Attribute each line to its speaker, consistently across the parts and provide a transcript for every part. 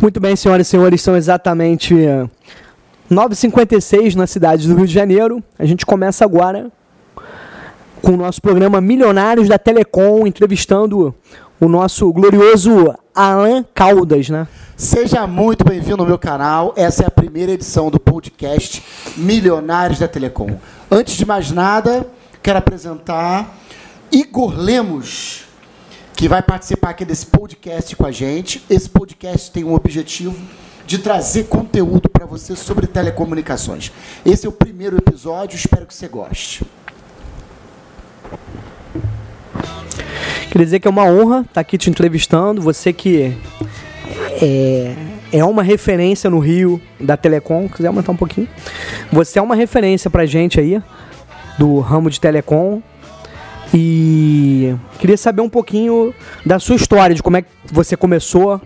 Speaker 1: Muito bem, senhoras e senhores, são exatamente eh, 9h56 na cidade do Rio de Janeiro. A gente começa agora com o nosso programa Milionários da Telecom, entrevistando o nosso glorioso Alan Caldas, né?
Speaker 2: Seja muito bem-vindo ao meu canal. Essa é a primeira edição do podcast Milionários da Telecom. Antes de mais nada, quero apresentar Igor Lemos, que vai participar aqui desse podcast com a gente. Esse podcast tem um objetivo de trazer conteúdo para você sobre telecomunicações. Esse é o primeiro episódio, espero que você goste.
Speaker 1: Queria dizer que é uma honra estar aqui te entrevistando. Você que é, é uma referência no Rio da Telecom, quiser aumentar um pouquinho. Você é uma referência pra gente aí, do ramo de Telecom. E queria saber um pouquinho da sua história, de como é que você começou,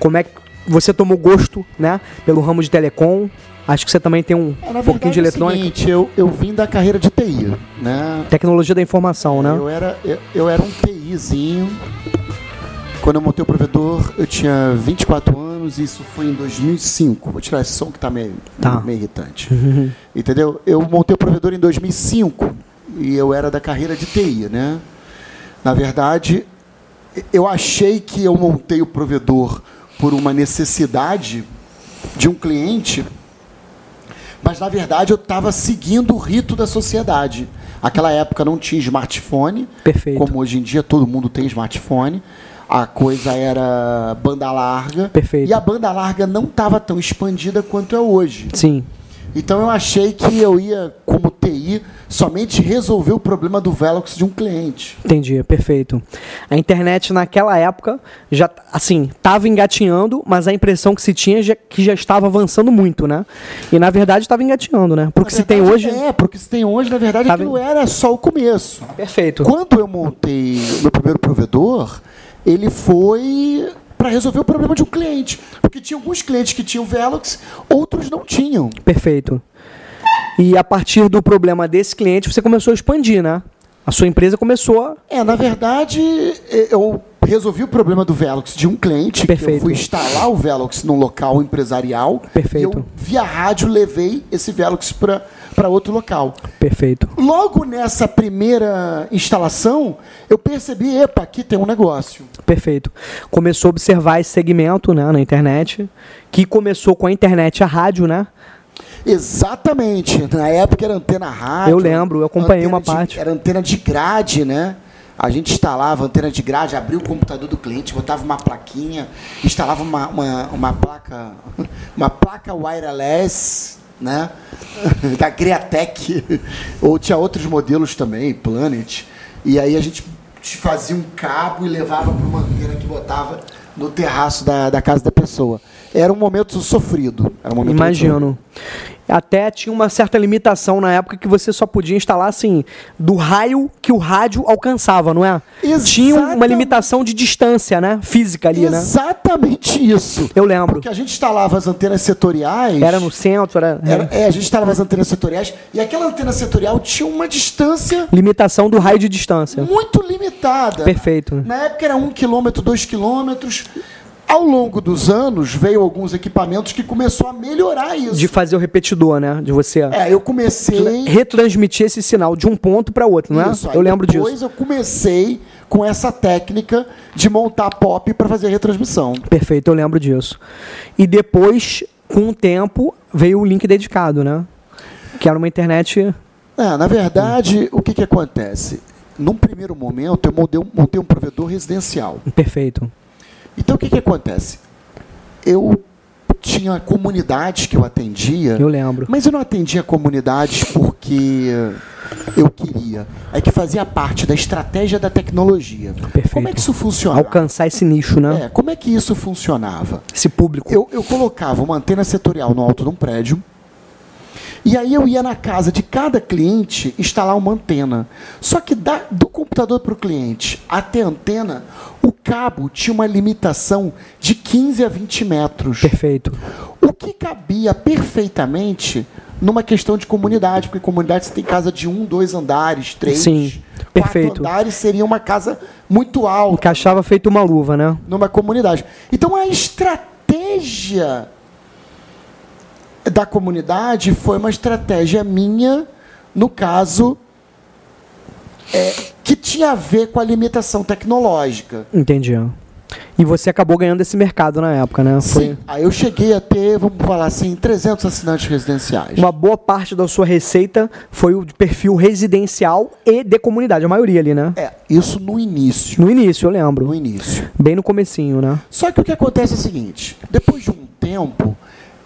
Speaker 1: como é que você tomou gosto, né, pelo ramo de Telecom. Acho que você também tem um
Speaker 2: É, na
Speaker 1: pouquinho de
Speaker 2: verdade, é o
Speaker 1: eletrônica.
Speaker 2: seguinte, eu, eu vim da carreira de TI, né?
Speaker 1: Tecnologia da informação, né?
Speaker 2: Eu era, eu, eu era um TIzinho. Quando eu montei o provedor, eu tinha 24 anos e isso foi em 2005. Vou tirar esse som que tá meio,
Speaker 1: Tá. Uhum.
Speaker 2: meio irritante. Entendeu? Eu montei o provedor em 2005 e eu era da carreira de TI, né? Na verdade, eu achei que eu montei o provedor por uma necessidade de um cliente mas na verdade eu estava seguindo o rito da sociedade. Aquela época não tinha smartphone,
Speaker 1: Perfeito.
Speaker 2: como hoje em dia todo mundo tem smartphone. A coisa era banda larga.
Speaker 1: Perfeito.
Speaker 2: E a banda larga não estava tão expandida quanto é hoje.
Speaker 1: Sim.
Speaker 2: Então eu achei que eu ia, como TI, somente resolver o problema do Velox de um cliente.
Speaker 1: Entendi, perfeito. A internet naquela época já, assim, estava engatinhando, mas a impressão que se tinha já, que já estava avançando muito, né? E na verdade estava engatinhando, né? Porque
Speaker 2: Na
Speaker 1: se tem
Speaker 2: verdade,
Speaker 1: hoje.
Speaker 2: É, porque se tem hoje, na verdade,
Speaker 1: Tá
Speaker 2: aquilo
Speaker 1: vendo?
Speaker 2: era só o começo.
Speaker 1: Perfeito.
Speaker 2: Quando eu montei o meu primeiro provedor, ele foi para resolver o problema de um cliente. Porque tinha alguns clientes que tinham Velox, outros não tinham.
Speaker 1: Perfeito. E a partir do problema desse cliente, você começou a expandir, né? A sua empresa começou.
Speaker 2: É, na verdade, eu resolvi o problema do Velox de um cliente. que Eu
Speaker 1: Perfeito.
Speaker 2: fui instalar o Velox num local empresarial.
Speaker 1: Perfeito.
Speaker 2: E eu, via rádio, levei esse Velox para outro local.
Speaker 1: Perfeito.
Speaker 2: Logo nessa primeira instalação, eu percebi, epa, aqui tem um negócio.
Speaker 1: Perfeito. Começou a observar esse segmento né, na internet, que começou com a internet, a rádio, né?
Speaker 2: Exatamente. Na época era antena rádio.
Speaker 1: Eu lembro, eu acompanhei
Speaker 2: antena
Speaker 1: uma
Speaker 2: de-
Speaker 1: parte.
Speaker 2: Era antena de grade, né? A gente instalava antena de grade, abria o computador do cliente, botava uma plaquinha, instalava uma, uma, uma placa, uma placa wireless, né? Da Createc. Ou tinha outros modelos também, Planet. E aí a gente fazia um cabo e levava para uma antena que botava no terraço da, da casa da pessoa. Era um momento sofrido. Era um momento muito
Speaker 1: Imagino. Até tinha uma certa limitação na época que você só podia instalar assim, do raio que o rádio alcançava, não é?
Speaker 2: Exatamente.
Speaker 1: Tinha uma limitação de distância, né? Física ali, né?
Speaker 2: Exatamente isso.
Speaker 1: Eu lembro.
Speaker 2: Porque a gente instalava as antenas setoriais.
Speaker 1: Era no centro, era,
Speaker 2: Era- é, a gente instalava as antenas setoriais. E aquela antena setorial tinha uma distância
Speaker 1: limitação do raio de distância.
Speaker 2: muito limitada.
Speaker 1: Então, Perfeito.
Speaker 2: Na época era um quilômetro, dois quilômetros. Ao longo dos anos, veio alguns equipamentos que começou a melhorar isso.
Speaker 1: De fazer o repetidor, né? De você
Speaker 2: É, eu comecei.
Speaker 1: retransmitir esse sinal de um ponto para outro, não é?
Speaker 2: Isso, aí
Speaker 1: Eu lembro
Speaker 2: depois
Speaker 1: disso.
Speaker 2: eu comecei com essa técnica de montar pop para fazer retransmissão.
Speaker 1: Perfeito, eu lembro disso. E depois, com o tempo, veio o link dedicado, né? Que era uma internet
Speaker 2: É, na verdade, o que, que acontece? Num primeiro momento, eu montei um, montei um provedor residencial.
Speaker 1: perfeito.
Speaker 2: Então, o que, que acontece? Eu tinha comunidades que eu atendia,
Speaker 1: Eu lembro.
Speaker 2: mas eu não atendia comunidades porque eu queria. É que fazia parte da estratégia da tecnologia.
Speaker 1: Perfeito.
Speaker 2: Como é que isso funcionava?
Speaker 1: alcançar esse nicho, né?
Speaker 2: É, como é que isso funcionava?
Speaker 1: Esse público.
Speaker 2: Eu, eu colocava uma antena setorial no alto de um prédio. E aí eu ia na casa de cada cliente instalar uma antena. Só que da- do computador para o cliente até a antena, o cabo tinha uma limitação de 15 a 20 metros.
Speaker 1: Perfeito.
Speaker 2: O que cabia perfeitamente numa questão de comunidade, porque comunidade você tem casa de um, dois andares, três.
Speaker 1: Sim, perfeito.
Speaker 2: Quatro andares seria uma casa muito alta
Speaker 1: Encaixava feito uma luva, né?
Speaker 2: numa comunidade. Então a estratégia estratégia da comunidade foi uma estratégia minha, no caso, é, que tinha a ver com a limitação tecnológica.
Speaker 1: Entendi. E você acabou ganhando esse mercado na época, né?
Speaker 2: Sim, aí eu cheguei a ter, vamos falar assim, 300 assinantes residenciais.
Speaker 1: Uma boa parte da sua receita foi o de perfil residencial e de comunidade, a maioria ali, né?
Speaker 2: É, isso no início.
Speaker 1: No início, eu lembro.
Speaker 2: No início.
Speaker 1: Bem no comecinho, né?
Speaker 2: Só que o que acontece é o seguinte: depois de um tempo,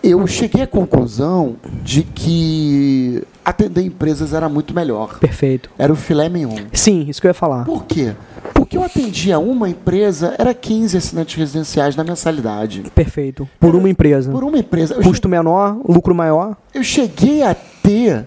Speaker 2: eu cheguei à conclusão de que atender empresas era muito melhor.
Speaker 1: Perfeito.
Speaker 2: Era o filé mignon.
Speaker 1: Sim, isso que eu ia falar.
Speaker 2: Por quê? Porque eu atendia uma empresa, era 15 assinantes residenciais na mensalidade.
Speaker 1: Perfeito. Por uma empresa.
Speaker 2: Por um uma empresa. Eu,
Speaker 1: Custo menor, lucro maior.
Speaker 2: che- eu cheguei a ter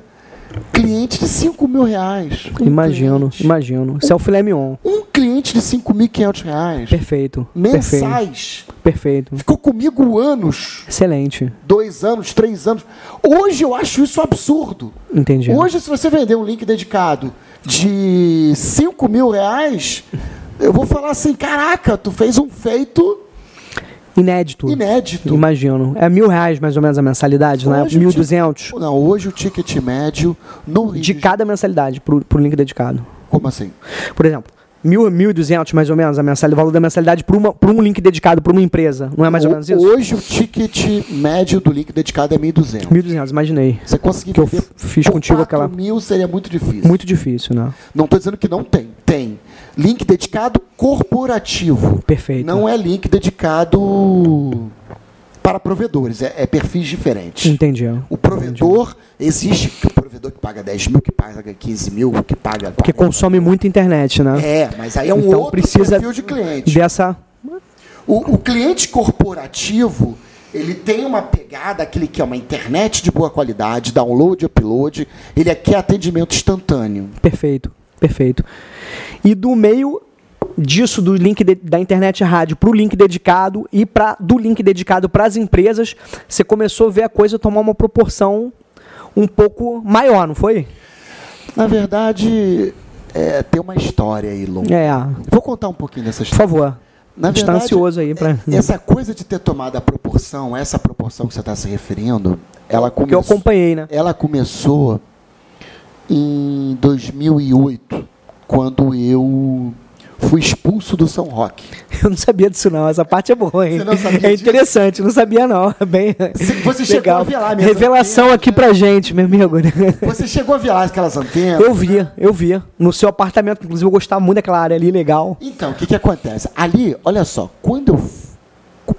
Speaker 2: cliente de 5 mil reais. Um
Speaker 1: Imagino,
Speaker 2: cliente.
Speaker 1: imagino. Isso é o filé mignon.
Speaker 2: Um cliente de 5.500 reais.
Speaker 1: Perfeito. Perfeito.
Speaker 2: Mensais.
Speaker 1: Perfeito.
Speaker 2: Ficou comigo anos.
Speaker 1: Excelente.
Speaker 2: Dois anos, três anos. Hoje eu acho isso absurdo.
Speaker 1: Entendi.
Speaker 2: Hoje, se você vender um link dedicado de 5 mil reais, eu vou falar assim: caraca, tu fez um feito
Speaker 1: Inédito.
Speaker 2: inédito.
Speaker 1: Imagino. É mil reais mais ou menos a mensalidade, né?
Speaker 2: Hoje tipo, o
Speaker 1: Mil
Speaker 2: ti-
Speaker 1: duzentos.
Speaker 2: Não, hoje o ticket médio no Rio
Speaker 1: De
Speaker 2: de-
Speaker 1: cada mensalidade pro, pro link dedicado.
Speaker 2: Como assim?
Speaker 1: Por exemplo, mil, mil e duzentos mais ou menos a mensalidade, o valor da mensalidade pra, uma, pra um link dedicado pra uma empresa. Não é mais ou
Speaker 2: Ho-
Speaker 1: menos isso?
Speaker 2: Hoje o ticket médio do link dedicado é 1.200.
Speaker 1: Mil duzentos, imaginei.
Speaker 2: Você conseguir
Speaker 1: Que eu
Speaker 2: vender
Speaker 1: f- fiz
Speaker 2: por
Speaker 1: contigo
Speaker 2: 4
Speaker 1: aquela-
Speaker 2: mil seria muito difícil.
Speaker 1: Muito difícil, né?
Speaker 2: Não estou dizendo que não tem. Tem. Link dedicado corporativo.
Speaker 1: Perfeito.
Speaker 2: Não é link dedicado para provedores. É, é perfis diferentes.
Speaker 1: Entendi.
Speaker 2: O provedor, existe que o provedor que paga 10 mil, que paga 15 mil, que paga.
Speaker 1: Porque consome muita internet, né?
Speaker 2: É, mas aí é um
Speaker 1: Então
Speaker 2: outro
Speaker 1: precisa
Speaker 2: perfil de cliente.
Speaker 1: Dessa.
Speaker 2: O, o cliente corporativo, ele tem uma pegada, aquele que é uma internet de boa qualidade, download, upload, ele aqui é atendimento instantâneo.
Speaker 1: Perfeito, perfeito. E do meio disso, do link de- da internet rádio para o link dedicado e pra, do link dedicado para as empresas, você começou a ver a coisa tomar uma proporção um pouco maior, não foi?
Speaker 2: Na verdade, é, tem uma história aí longa.
Speaker 1: É,
Speaker 2: Vou contar um pouquinho dessa
Speaker 1: por
Speaker 2: história.
Speaker 1: favor. Está
Speaker 2: Na verdade,
Speaker 1: ansioso aí pra-
Speaker 2: é- Essa coisa de ter tomado a proporção, essa proporção que você está se referindo, ela
Speaker 1: Que eu
Speaker 2: começou,
Speaker 1: acompanhei, né?
Speaker 2: ela começou em 2008, quando eu fui expulso do São Roque.
Speaker 1: Eu não sabia disso, não. Essa parte é boa, hein?
Speaker 2: Você não sabia
Speaker 1: é
Speaker 2: disso?
Speaker 1: interessante, não sabia, não. É Bem,
Speaker 2: Se- você chegou
Speaker 1: legal.
Speaker 2: a ver lá mesmo. assim, né? É.
Speaker 1: Revelação aqui pra gente, meu amigo.
Speaker 2: Você chegou a ver lá aquelas antenas?
Speaker 1: Eu via, eu via. No seu apartamento, inclusive, eu gostava muito daquela área ali, legal.
Speaker 2: Então, o que, que acontece? Ali, olha só, quando eu, f-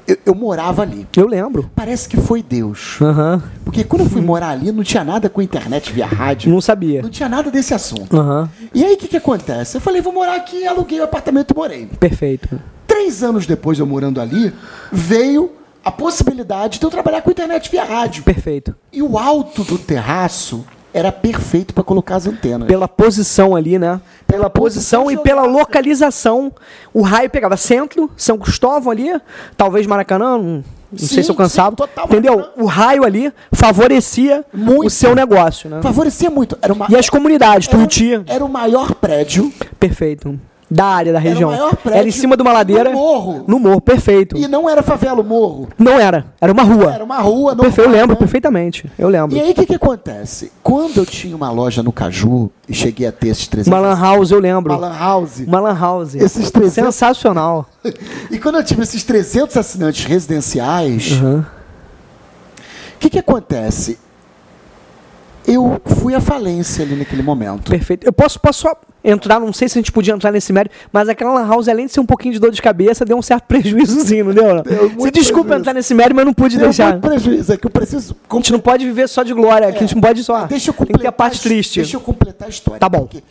Speaker 2: eu. eu morava ali.
Speaker 1: Eu lembro.
Speaker 2: Parece que foi Deus.
Speaker 1: Aham.
Speaker 2: Porque quando eu fui morar ali, não tinha nada com internet via rádio.
Speaker 1: Não sabia.
Speaker 2: Não tinha nada desse assunto.
Speaker 1: Aham.
Speaker 2: E aí, o que, que acontece? Eu falei, vou morar aqui, aluguei o apartamento e morei.
Speaker 1: Perfeito.
Speaker 2: Três anos depois de eu morando ali, veio a possibilidade de eu trabalhar com internet via rádio.
Speaker 1: Perfeito.
Speaker 2: E o alto do terraço era perfeito para colocar as antenas.
Speaker 1: Pela posição ali, né? Pela posição e pela localização. O raio pegava centro, São Cristóvão ali, talvez Maracanã, não, não
Speaker 2: Sim,
Speaker 1: sei se eu cansava.
Speaker 2: sim, total
Speaker 1: entendeu?
Speaker 2: Maracanã.
Speaker 1: O raio ali favorecia
Speaker 2: Muito.
Speaker 1: o seu negócio, né?
Speaker 2: Favorecia muito. Era uma,
Speaker 1: E as comunidades,
Speaker 2: era, um
Speaker 1: Tuiuti.
Speaker 2: era o maior prédio
Speaker 1: Perfeito. Da área, da região.
Speaker 2: maior prédio
Speaker 1: em cima de uma ladeira.
Speaker 2: no morro.
Speaker 1: No morro, perfeito.
Speaker 2: e não era favela, o morro.
Speaker 1: Não era. Era uma rua.
Speaker 2: Era uma rua. normal,
Speaker 1: Perfe- Eu lembro
Speaker 2: né?
Speaker 1: perfeitamente. Eu lembro.
Speaker 2: E aí o que, que acontece? Quando eu tinha uma loja no Caju e cheguei a ter esses 300...
Speaker 1: Uma lan house, eu lembro.
Speaker 2: Uma lan house.
Speaker 1: Uma lan house.
Speaker 2: Esses 300
Speaker 1: Sensacional.
Speaker 2: E quando eu tive esses 300 assinantes residenciais, o
Speaker 1: Aham.
Speaker 2: que, que acontece? Eu fui à falência ali naquele momento.
Speaker 1: Perfeito. Eu posso, posso só entrar, não sei se a gente podia entrar nesse mérito, mas aquela lan house, além de ser um pouquinho de dor de cabeça, deu um certo prejuízozinho, não deu?
Speaker 2: Deu
Speaker 1: Você
Speaker 2: muito
Speaker 1: desculpa
Speaker 2: prejuízo.
Speaker 1: entrar nesse mérito, mas eu não pude
Speaker 2: Deu
Speaker 1: deixar.
Speaker 2: muito prejuízo, é que eu preciso...
Speaker 1: A gente não pode viver só de glória, que a gente não pode só.
Speaker 2: Ah, Deixa eu
Speaker 1: Tem
Speaker 2: completar,
Speaker 1: que ter a parte
Speaker 2: his-
Speaker 1: triste.
Speaker 2: Deixa eu completar a história.
Speaker 1: Tá bom.
Speaker 2: Porque-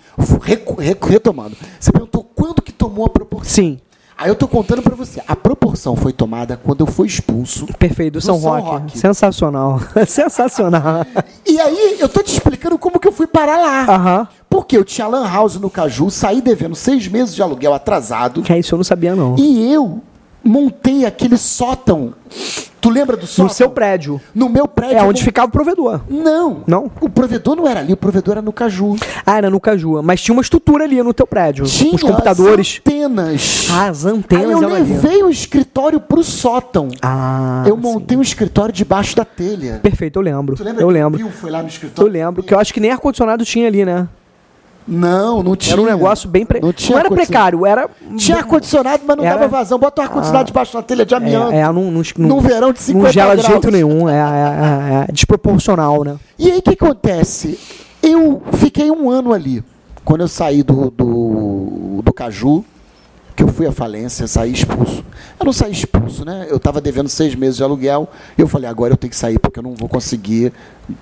Speaker 2: recu- recu- retomando. Você perguntou quando que tomou a proporção.
Speaker 1: Sim.
Speaker 2: Aí eu tô contando pra você. A proporção foi tomada quando eu fui expulso.
Speaker 1: Perfeito, do
Speaker 2: do
Speaker 1: São,
Speaker 2: São
Speaker 1: Roque.
Speaker 2: Roque.
Speaker 1: Sensacional. Sensacional.
Speaker 2: E aí eu tô te explicando como que eu fui parar lá.
Speaker 1: Aham.
Speaker 2: Porque eu tinha Lan House no Caju, saí devendo seis meses de aluguel atrasado.
Speaker 1: Que é isso, eu não sabia, não.
Speaker 2: E eu montei aquele sótão. Tu lembra do sótão?
Speaker 1: No seu prédio.
Speaker 2: No meu prédio.
Speaker 1: É
Speaker 2: eu
Speaker 1: onde
Speaker 2: mon-
Speaker 1: ficava o provedor.
Speaker 2: Não.
Speaker 1: Não?
Speaker 2: O provedor não era ali, o provedor era no Caju.
Speaker 1: Ah, era no Caju. Mas tinha uma estrutura ali no teu prédio.
Speaker 2: Tinha
Speaker 1: os computadores.
Speaker 2: as antenas.
Speaker 1: Ah, as antenas
Speaker 2: Aí eu
Speaker 1: eram ali.
Speaker 2: levei o escritório pro sótão.
Speaker 1: Ah,
Speaker 2: eu
Speaker 1: sim.
Speaker 2: montei um escritório debaixo da telha.
Speaker 1: Perfeito, eu lembro.
Speaker 2: Tu lembra
Speaker 1: eu
Speaker 2: que o
Speaker 1: lembro.
Speaker 2: Bill foi lá no escritório?
Speaker 1: Eu lembro. Que eu acho que nem ar-condicionado tinha ali, né?
Speaker 2: Não, não tinha.
Speaker 1: Era um negócio bem... Pre...
Speaker 2: Não tinha
Speaker 1: era
Speaker 2: ar-condicionado.
Speaker 1: precário, era...
Speaker 2: Tinha ar-condicionado, mas não
Speaker 1: Era- Ah.
Speaker 2: dava vazão. Bota o ar-condicionado debaixo da telha de amianto.
Speaker 1: É, é, não, não,
Speaker 2: Num verão de 50
Speaker 1: Não gela de
Speaker 2: graus.
Speaker 1: jeito nenhum. É, é, é, é desproporcional, né?
Speaker 2: E aí o que acontece? Eu fiquei um ano ali. Quando eu saí do, do, do Caju, que eu fui à falência, saí expulso. Eu não saí expulso, né? Eu estava devendo seis meses de aluguel. E eu falei, agora eu tenho que sair, porque eu não vou conseguir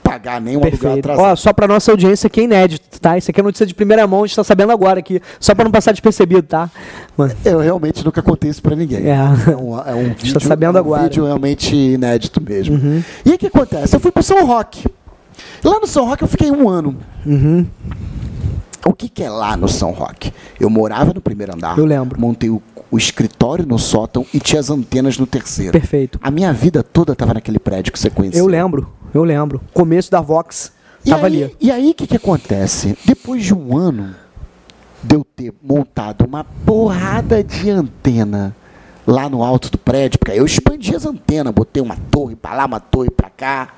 Speaker 2: pagar nenhum Um aluguel
Speaker 1: Perfeito.
Speaker 2: atrasado.
Speaker 1: Ó, só pra nossa audiência aqui é inédito, tá? Isso aqui é notícia de primeira mão, a gente tá sabendo agora aqui. Só pra não passar despercebido, tá? Mano,
Speaker 2: Eu É, realmente nunca contei isso pra ninguém.
Speaker 1: É.
Speaker 2: um, é um vídeo,
Speaker 1: sabendo
Speaker 2: é um
Speaker 1: agora. Uhum.
Speaker 2: vídeo realmente inédito mesmo. E aí o que acontece? Eu fui pro São Roque. Lá no São Roque eu fiquei um ano.
Speaker 1: Uhum.
Speaker 2: O que, que é lá no São Roque? Eu morava no primeiro andar.
Speaker 1: Eu lembro.
Speaker 2: Montei o, o escritório no sótão e tinha as antenas no terceiro.
Speaker 1: perfeito.
Speaker 2: A minha vida toda tava naquele prédio que você conheceu.
Speaker 1: Eu lembro, eu lembro. Começo da Vox,
Speaker 2: E
Speaker 1: tava
Speaker 2: aí-
Speaker 1: ali.
Speaker 2: E aí o que, que acontece? Depois de um ano de eu ter montado uma porrada de antena lá no alto do prédio, porque aí eu expandi as antenas, botei uma torre pra lá, uma torre pra cá.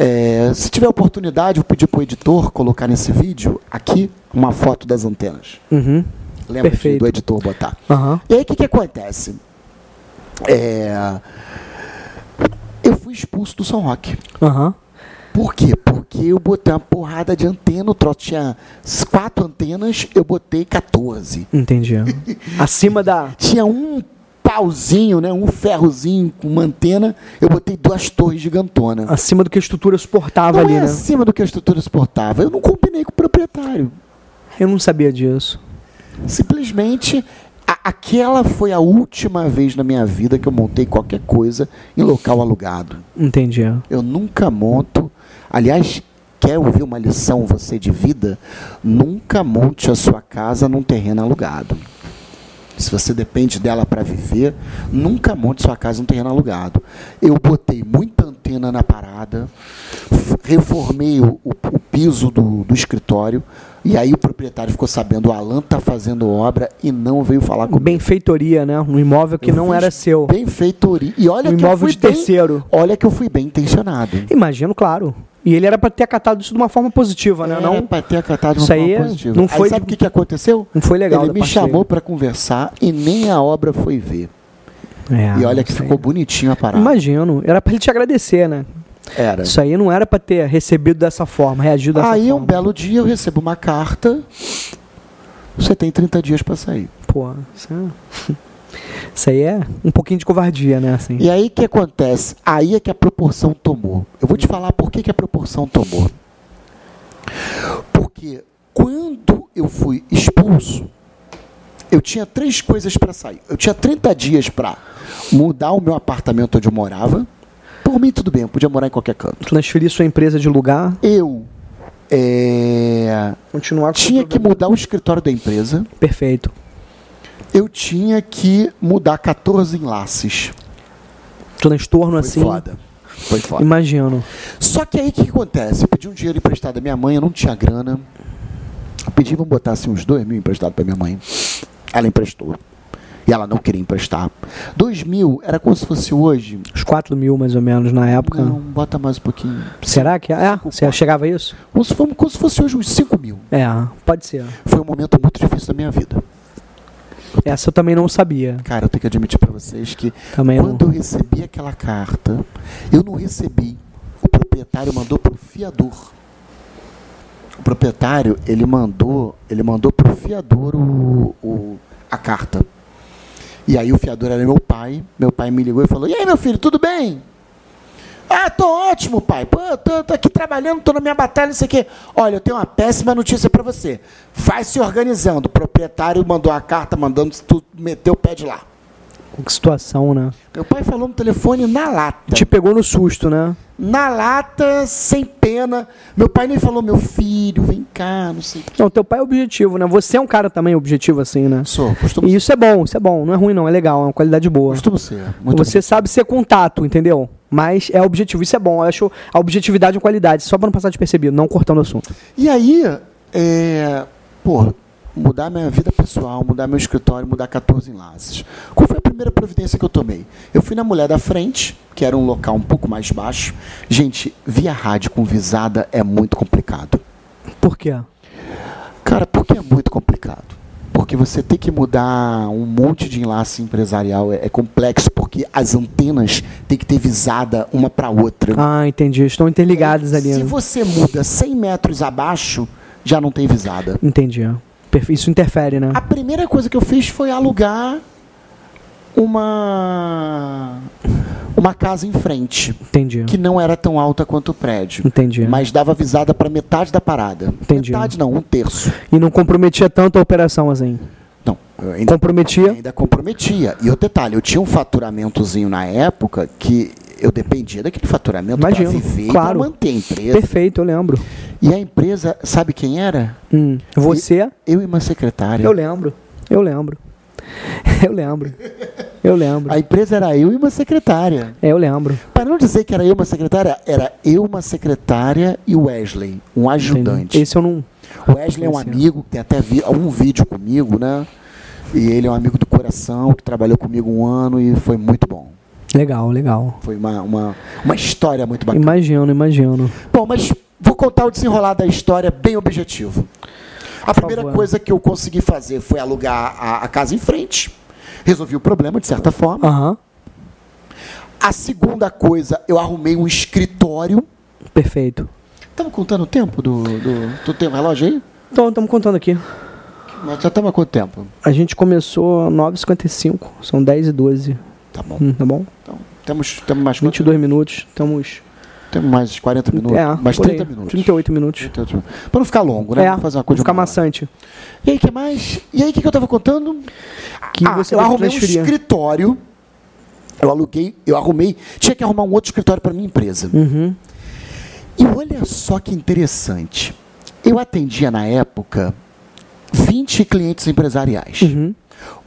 Speaker 2: É, se tiver oportunidade, eu vou pedir pro editor colocar nesse vídeo aqui uma foto das antenas.
Speaker 1: Uhum.
Speaker 2: Lembra de-
Speaker 1: Perfeito.
Speaker 2: do editor botar.
Speaker 1: Aham.
Speaker 2: E aí o que, que acontece? É, eu fui expulso do São Roque.
Speaker 1: Aham.
Speaker 2: Por quê? Porque eu botei uma porrada de antena, o troço tinha s- quatro antenas, eu botei 14.
Speaker 1: Entendi. Acima da.
Speaker 2: Tinha um pauzinho, né? Um ferrozinho com uma antena, eu botei duas torres gigantonas.
Speaker 1: Acima do que a estrutura suportava
Speaker 2: Não
Speaker 1: ali,
Speaker 2: é
Speaker 1: né?
Speaker 2: acima do que a estrutura suportava. Eu não combinei com o proprietário.
Speaker 1: Eu não sabia disso.
Speaker 2: Simplesmente, a- aquela foi a última vez na minha vida que eu montei qualquer coisa em local alugado.
Speaker 1: Entendi.
Speaker 2: Eu nunca monto. Aliás, quer ouvir uma lição você de vida? Nunca monte a sua casa num terreno alugado. Se você depende dela para viver, nunca monte sua casa num terreno alugado. Eu botei muita antena na parada, f- reformei o, o- o piso do, do escritório, e aí o proprietário ficou sabendo, o Alan tá fazendo obra e não veio falar comigo.
Speaker 1: Benfeitoria, né? Um imóvel que
Speaker 2: Eu
Speaker 1: não
Speaker 2: fiz
Speaker 1: era seu.
Speaker 2: Benfeitoria. E olha
Speaker 1: Um
Speaker 2: que eu
Speaker 1: imóvel
Speaker 2: fui
Speaker 1: de
Speaker 2: bem-
Speaker 1: terceiro.
Speaker 2: olha que eu fui bem intencionado.
Speaker 1: Imagino, claro. E ele era pra ter acatado isso de uma forma positiva, né?
Speaker 2: Era
Speaker 1: Não,
Speaker 2: É, pra ter acatado de uma
Speaker 1: Isso aí
Speaker 2: forma
Speaker 1: é-
Speaker 2: positiva.
Speaker 1: não
Speaker 2: Aí
Speaker 1: foi
Speaker 2: sabe o
Speaker 1: de-
Speaker 2: que, que aconteceu?
Speaker 1: não foi legal.
Speaker 2: Ele
Speaker 1: da
Speaker 2: me
Speaker 1: parte
Speaker 2: chamou
Speaker 1: dele.
Speaker 2: pra conversar e nem a obra foi ver.
Speaker 1: É,
Speaker 2: e olha que
Speaker 1: isso aí.
Speaker 2: ficou bonitinho a parada.
Speaker 1: Imagino. Era pra ele te agradecer, né?
Speaker 2: Era.
Speaker 1: Isso aí não era pra ter recebido dessa forma, reagido dessa
Speaker 2: Aí um
Speaker 1: forma.
Speaker 2: belo dia eu recebo uma carta. Você tem 30 dias pra sair.
Speaker 1: Pô, isso é- isso aí é um pouquinho de covardia, né? Assim.
Speaker 2: E aí o que acontece? Aí é que a proporção tomou. Eu vou te falar por que, que a proporção tomou. Porque quando eu fui expulso, eu tinha três coisas para sair. Eu tinha 30 dias para mudar o meu apartamento onde eu morava. Por mim, tudo bem, eu podia morar em qualquer canto.
Speaker 1: Transferir sua empresa de lugar,
Speaker 2: Eu é,
Speaker 1: continuar com
Speaker 2: tinha
Speaker 1: seu
Speaker 2: que mudar o escritório da empresa.
Speaker 1: programa. Perfeito.
Speaker 2: Eu tinha que mudar 14 enlaces.
Speaker 1: Transtorno
Speaker 2: Foi
Speaker 1: assim.
Speaker 2: foda. Foi foda.
Speaker 1: Imagino.
Speaker 2: Só que aí o que que acontece? Eu pedi um dinheiro emprestado da minha mãe, eu não tinha grana. Eu pedi, vamos botar assim, uns dois mil emprestado pra minha mãe. Ela emprestou. E ela não queria emprestar. Dois mil era como se fosse hoje.
Speaker 1: Uns 4 mil, mais ou menos, na época.
Speaker 2: Não, bota mais um pouquinho.
Speaker 1: Será que é? Você chegava a isso?
Speaker 2: Como se, fo- como se fosse hoje uns cinco mil.
Speaker 1: É, pode ser.
Speaker 2: Foi um momento muito difícil da minha vida.
Speaker 1: Essa eu também não sabia.
Speaker 2: Cara, eu tenho que admitir pra vocês que
Speaker 1: Também não.
Speaker 2: quando eu recebi aquela carta, eu não recebi. O proprietário mandou pro fiador. O proprietário, ele mandou, ele mandou pro fiador o, o- a carta. E aí o fiador era meu pai. Meu pai me ligou e falou: "E aí, meu filho, tudo bem?" Ah, tô ótimo, pai. Pô, tô, tô aqui trabalhando, tô na minha batalha, não sei o quê. Olha, eu tenho uma péssima notícia pra você. Vai se organizando. O proprietário mandou a carta mandando tu meter o pé de lá.
Speaker 1: Que situação, né?
Speaker 2: Meu pai falou no telefone na lata.
Speaker 1: Te pegou no susto, né?
Speaker 2: Na lata, sem pena. Meu pai nem falou, meu filho, vem cá, não sei o que.
Speaker 1: Não, teu pai é objetivo, né? Você é um cara também objetivo, assim, né?
Speaker 2: Sou, costumo,
Speaker 1: E isso é bom, isso é bom. Não é ruim, não. É legal, é uma qualidade boa.
Speaker 2: costumo ser. Muito
Speaker 1: Você sabe ser contato, entendeu? Mas é objetivo. Isso é bom. Eu acho a objetividade uma qualidade. Só pra não passar despercebido, não cortando o assunto.
Speaker 2: E aí, é, pô, mudar minha vida pessoal, mudar meu escritório, mudar 14 enlaces. Qual foi a primeira providência que eu tomei? Eu fui na mulher da frente, que era um local um pouco mais baixo. Gente, via rádio com visada é muito complicado.
Speaker 1: Por quê?
Speaker 2: Cara, por que é muito complicado? Porque você tem que mudar um monte de enlace empresarial, é, é complexo, porque as antenas têm que ter visada uma para outra.
Speaker 1: Ah, entendi. Estão interligadas ali.
Speaker 2: Se
Speaker 1: né?
Speaker 2: você muda 100 metros abaixo, já não tem visada.
Speaker 1: Entendi. Perfe- Isso interfere, né?
Speaker 2: A primeira coisa que eu fiz foi alugar uma uma casa em frente,
Speaker 1: Entendi.
Speaker 2: que não era tão alta quanto o prédio.
Speaker 1: Entendi.
Speaker 2: Mas dava visada para metade da parada.
Speaker 1: Entendi.
Speaker 2: Metade não, um terço.
Speaker 1: E não comprometia tanto a operação, assim.
Speaker 2: Não, eu ainda,
Speaker 1: Comprometia.
Speaker 2: ainda comprometia. E outro detalhe, eu tinha um faturamentozinho na época que eu dependia daquele faturamento para
Speaker 1: Imagino,
Speaker 2: viver e para
Speaker 1: claro.
Speaker 2: manter a empresa.
Speaker 1: Perfeito, eu lembro.
Speaker 2: E a empresa, sabe quem era?
Speaker 1: Hum, Você,
Speaker 2: Eu e uma secretária.
Speaker 1: eu lembro. Eu lembro. Eu lembro. Eu lembro.
Speaker 2: A empresa era eu e uma secretária.
Speaker 1: É, eu lembro.
Speaker 2: Para não dizer que era eu uma secretária, era eu uma secretária e o Wesley, um ajudante.
Speaker 1: Esse eu não.
Speaker 2: O Wesley é um amigo, tem até vi um vídeo comigo, né? E ele é um amigo do coração, que trabalhou comigo um ano e foi muito bom.
Speaker 1: Legal, legal.
Speaker 2: Foi uma, uma, uma história muito bacana.
Speaker 1: Imagino, imagino.
Speaker 2: Bom, mas vou contar o desenrolar da história bem objetivo. A primeira
Speaker 1: favor.
Speaker 2: coisa que eu consegui fazer foi alugar a, a casa em frente. Resolvi o problema, de certa forma.
Speaker 1: Aham.
Speaker 2: A segunda coisa, eu arrumei um escritório.
Speaker 1: Perfeito.
Speaker 2: Estamos contando o tempo do. do tu tem um relógio aí?
Speaker 1: Então, estamos contando aqui.
Speaker 2: Nós já estamos há quanto tempo?
Speaker 1: A gente começou 9h55, são 10 e 12
Speaker 2: Tá bom.
Speaker 1: hum, tá bom?
Speaker 2: Então, temos, temos mais quanto?
Speaker 1: 22 minutos, estamos.
Speaker 2: Temos mais 40 minutos. mais
Speaker 1: É, por aí,
Speaker 2: 30 minutos.
Speaker 1: 38 minutos.
Speaker 2: 38 minutos. Pra não ficar longo, né?
Speaker 1: É,
Speaker 2: Vamos fazer uma
Speaker 1: vou
Speaker 2: coisa de
Speaker 1: ficar
Speaker 2: uma hora.
Speaker 1: maçante.
Speaker 2: E aí, o que mais? E aí, o que, que eu tava contando?
Speaker 1: Que
Speaker 2: ah,
Speaker 1: você
Speaker 2: eu
Speaker 1: vai
Speaker 2: arrumei um
Speaker 1: transferir.
Speaker 2: escritório. Eu aluguei, eu arrumei. Tinha que arrumar um outro escritório para minha empresa.
Speaker 1: Uhum.
Speaker 2: E olha só que interessante. Eu atendia na época 20 clientes empresariais.
Speaker 1: Uhum.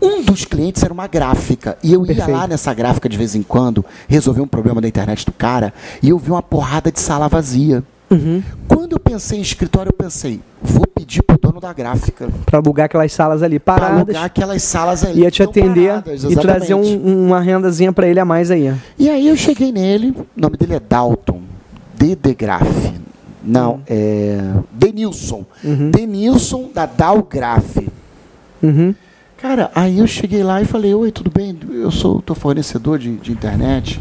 Speaker 2: Um dos clientes era uma gráfica. E eu ia
Speaker 1: Perfeito.
Speaker 2: lá nessa gráfica de vez em quando, resolver um problema da internet do cara, e eu vi uma porrada de sala vazia.
Speaker 1: Uhum.
Speaker 2: Quando eu pensei em escritório, eu pensei, vou pedir pro dono da gráfica
Speaker 1: Pra alugar aquelas salas ali
Speaker 2: para
Speaker 1: paradas.
Speaker 2: alugar aquelas salas ali.
Speaker 1: Ia te
Speaker 2: que estão
Speaker 1: atender
Speaker 2: paradas,
Speaker 1: e trazer
Speaker 2: exatamente.
Speaker 1: um- uma rendazinha pra ele a mais aí.
Speaker 2: E aí eu cheguei nele, o nome dele é Dalton, Dedegraf. Não,
Speaker 1: Uhum.
Speaker 2: é. Denilson. Denilson da Dalgraf.
Speaker 1: Uhum.
Speaker 2: Cara, aí eu cheguei lá e falei, oi, tudo bem? Eu sou o teu fornecedor de, de internet.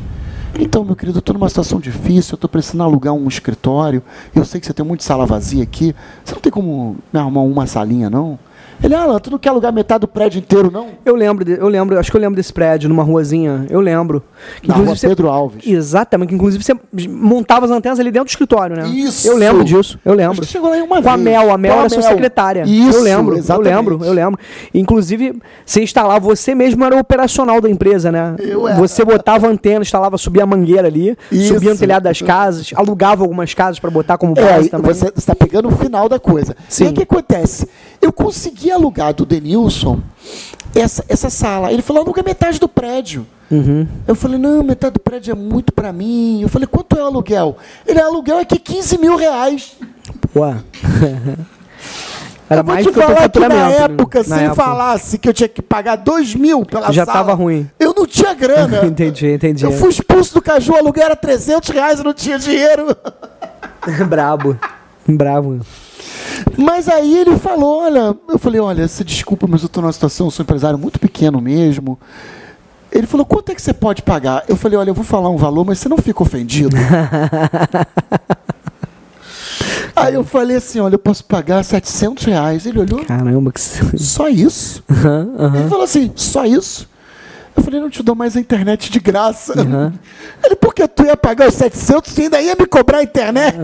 Speaker 2: Então, meu querido, eu estou numa situação difícil, eu estou precisando alugar um escritório, eu sei que você tem muita sala vazia aqui. Você não tem como me arrumar uma salinha, não? Ele, Alan, tu não quer alugar metade do prédio inteiro, não?
Speaker 1: Eu lembro, de- eu lembro, acho que eu lembro desse prédio, numa ruazinha. Eu lembro. Que,
Speaker 2: Na rua
Speaker 1: inclusive, você-
Speaker 2: Pedro Alves.
Speaker 1: Exatamente, que inclusive você montava as antenas ali dentro do escritório, né?
Speaker 2: Isso!
Speaker 1: Eu lembro disso, eu
Speaker 2: Acho
Speaker 1: lembro.
Speaker 2: que chegou lá em uma
Speaker 1: Com a
Speaker 2: vez.
Speaker 1: Mel, a Mel
Speaker 2: Com a
Speaker 1: era sua
Speaker 2: Mel.
Speaker 1: secretária.
Speaker 2: Isso,
Speaker 1: eu lembro,
Speaker 2: exatamente.
Speaker 1: eu lembro, eu lembro. Inclusive, você instalava, você mesmo era o operacional da empresa, né?
Speaker 2: Eu era.
Speaker 1: Você botava antena, instalava, subia a mangueira ali,
Speaker 2: Isso.
Speaker 1: subia o telhado das casas, alugava algumas casas pra botar como
Speaker 2: É,
Speaker 1: base também.
Speaker 2: você está pegando o final da coisa.
Speaker 1: Sim.
Speaker 2: E aí o que acontece? Eu consegui alugar do Denilson essa, essa sala. Ele falou, aluga metade do prédio.
Speaker 1: Uhum.
Speaker 2: Eu falei, não, metade do prédio é muito pra mim. Eu falei, quanto é o aluguel? Ele, aluguel é que 15 mil reais.
Speaker 1: Pô. era
Speaker 2: eu vou
Speaker 1: mais
Speaker 2: te
Speaker 1: do que o teu
Speaker 2: falar que na
Speaker 1: faturamento, né?
Speaker 2: época, se
Speaker 1: Na
Speaker 2: ele
Speaker 1: época.
Speaker 2: falasse que eu tinha que pagar 2 mil pela
Speaker 1: Já
Speaker 2: sala...
Speaker 1: tava ruim.
Speaker 2: Eu não tinha grana.
Speaker 1: Entendi, entendi.
Speaker 2: Eu fui expulso do Caju, o aluguel era 300 reais, eu não tinha dinheiro.
Speaker 1: Brabo. Bravo.
Speaker 2: Mas aí ele falou, olha, eu falei, olha, se desculpa, mas eu estou numa situação, eu sou um empresário muito pequeno mesmo. Ele falou, quanto é que você pode pagar? Eu falei, olha, eu vou falar um valor, mas você não fica ofendido. aí eu falei assim, olha, eu posso pagar 700 reais. Ele olhou,
Speaker 1: Caramba, que.
Speaker 2: só isso?
Speaker 1: Aham, aham.
Speaker 2: Ele falou assim, só isso? Eu falei, não te dou mais a internet de graça. Ele, por que tu ia pagar os 700 e ainda ia me cobrar a internet?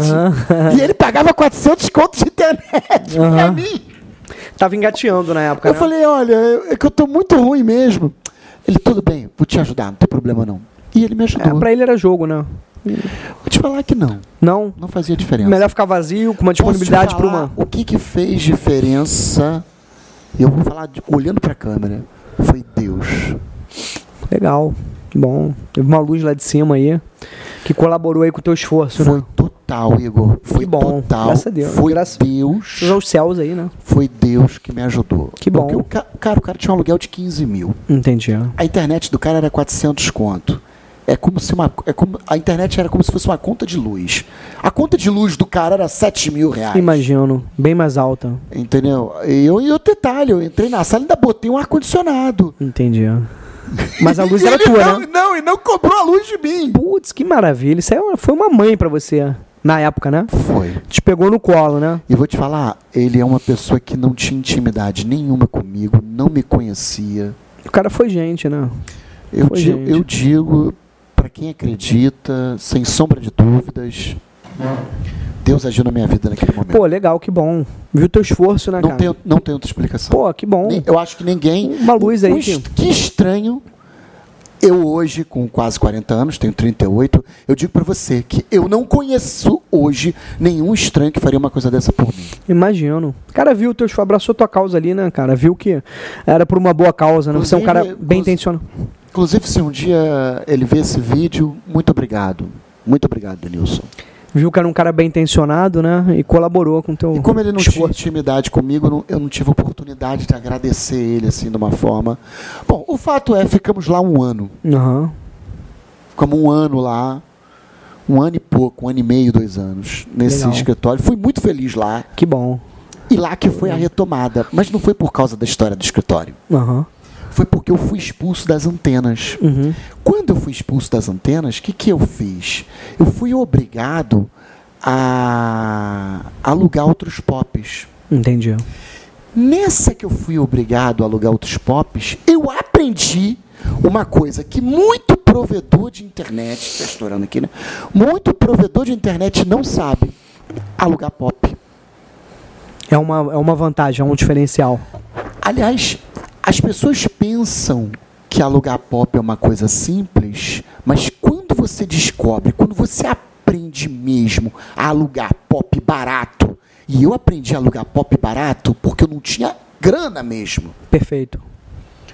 Speaker 2: E ele pagava 400 contos de internet pra
Speaker 1: Aham.
Speaker 2: mim.
Speaker 1: Tava engateando na época.
Speaker 2: Eu
Speaker 1: né?
Speaker 2: falei, olha, eu- é que eu tô muito ruim mesmo. Ele, tudo bem, vou te ajudar, não tem problema não. E ele me
Speaker 1: É,
Speaker 2: ajudou.
Speaker 1: pra ele era jogo, né?
Speaker 2: Vou te falar que não,
Speaker 1: Não.
Speaker 2: não fazia diferença.
Speaker 1: Melhor ficar vazio, com uma disponibilidade
Speaker 2: Posso
Speaker 1: para
Speaker 2: te
Speaker 1: uma.
Speaker 2: falar O que, que fez diferença? Eu vou falar de- olhando para a câmera. Foi Deus.
Speaker 1: Legal. Bom. Teve uma luz lá de cima aí. Que colaborou aí com o teu esforço, né?
Speaker 2: Foi total, Igor. Foi
Speaker 1: Que bom.
Speaker 2: total.
Speaker 1: Graças a Deus.
Speaker 2: Foi
Speaker 1: Graças-
Speaker 2: Deus.
Speaker 1: Os aos céus aí, né?
Speaker 2: Foi Deus que me ajudou.
Speaker 1: Que bom.
Speaker 2: Porque o ca- cara, o cara tinha um aluguel de 15 mil.
Speaker 1: Entendi. ó.
Speaker 2: A internet do cara era 400 conto. É como se uma. É como, a internet era como se fosse uma conta de luz. A conta de luz do cara era 7 mil reais.
Speaker 1: Imagino. Bem mais alta.
Speaker 2: Entendeu? E eu, e outro detalhe, eu entrei na sala e ainda botei um ar-condicionado.
Speaker 1: Entendi. ó. Mas a luz
Speaker 2: E
Speaker 1: era
Speaker 2: ele
Speaker 1: tua,
Speaker 2: não,
Speaker 1: né?
Speaker 2: Não, e não cobrou a luz de mim.
Speaker 1: Putz, que maravilha. Isso aí é uma- foi uma mãe pra você. Na época, né?
Speaker 2: Foi.
Speaker 1: Te pegou no colo, né?
Speaker 2: E vou te falar, ele é uma pessoa que não tinha intimidade nenhuma comigo, não me conhecia.
Speaker 1: O cara foi gente, né?
Speaker 2: Eu,
Speaker 1: Foi,
Speaker 2: di-
Speaker 1: gente.
Speaker 2: eu digo, para quem acredita, sem sombra de dúvidas, Deus agiu na minha vida naquele momento.
Speaker 1: Pô, legal, que bom. Viu teu esforço, né,
Speaker 2: É. não,
Speaker 1: cara?
Speaker 2: tem, não tem outra explicação.
Speaker 1: Pô, que bom.
Speaker 2: Nem- eu acho que ninguém.
Speaker 1: Uma luz aí
Speaker 2: Um
Speaker 1: que-
Speaker 2: es- Que estranho. Eu hoje, com quase 40 anos, tenho 38, eu digo pra você que eu não conheço hoje nenhum estranho que faria uma coisa dessa por mim.
Speaker 1: Imagino. O cara viu o teu esforço, abraçou tua causa ali, né, cara? Viu que era por uma boa causa, né? Você é um cara
Speaker 2: Inclusive,
Speaker 1: bem
Speaker 2: inclusive-
Speaker 1: intencionado.
Speaker 2: Inclusive, se um dia ele ver esse vídeo, muito obrigado. Muito obrigado, Denilson.
Speaker 1: Viu que era um cara bem intencionado, né? E colaborou com o teu
Speaker 2: E como ele não tinha
Speaker 1: esforço.
Speaker 2: intimidade comigo, não- eu não tive oportunidade de agradecer ele assim de uma forma. Bom, o fato é, ficamos lá um ano.
Speaker 1: Aham.
Speaker 2: Ficamos um ano lá, um ano e pouco, um ano e meio, dois anos, nesse
Speaker 1: Legal.
Speaker 2: escritório. Fui muito feliz lá.
Speaker 1: Que bom.
Speaker 2: E lá que foi a retomada. Mas não foi por causa da história do escritório.
Speaker 1: Aham.
Speaker 2: Foi porque eu fui expulso das antenas.
Speaker 1: Uhum.
Speaker 2: Quando eu fui expulso das antenas, o que, que eu fiz? Eu fui obrigado a alugar outros pops.
Speaker 1: Entendi.
Speaker 2: Nessa que eu fui obrigado a alugar outros pops, eu aprendi uma coisa que muito provedor de internet, estou estourando aqui, né? Muito provedor de internet não sabe alugar pop.
Speaker 1: É uma, é uma vantagem, é um diferencial.
Speaker 2: Aliás, as pessoas pensam que alugar pop é uma coisa simples, mas quando você descobre, quando você aprende mesmo a alugar pop barato, e eu aprendi a alugar pop barato porque eu não tinha grana mesmo.
Speaker 1: Perfeito.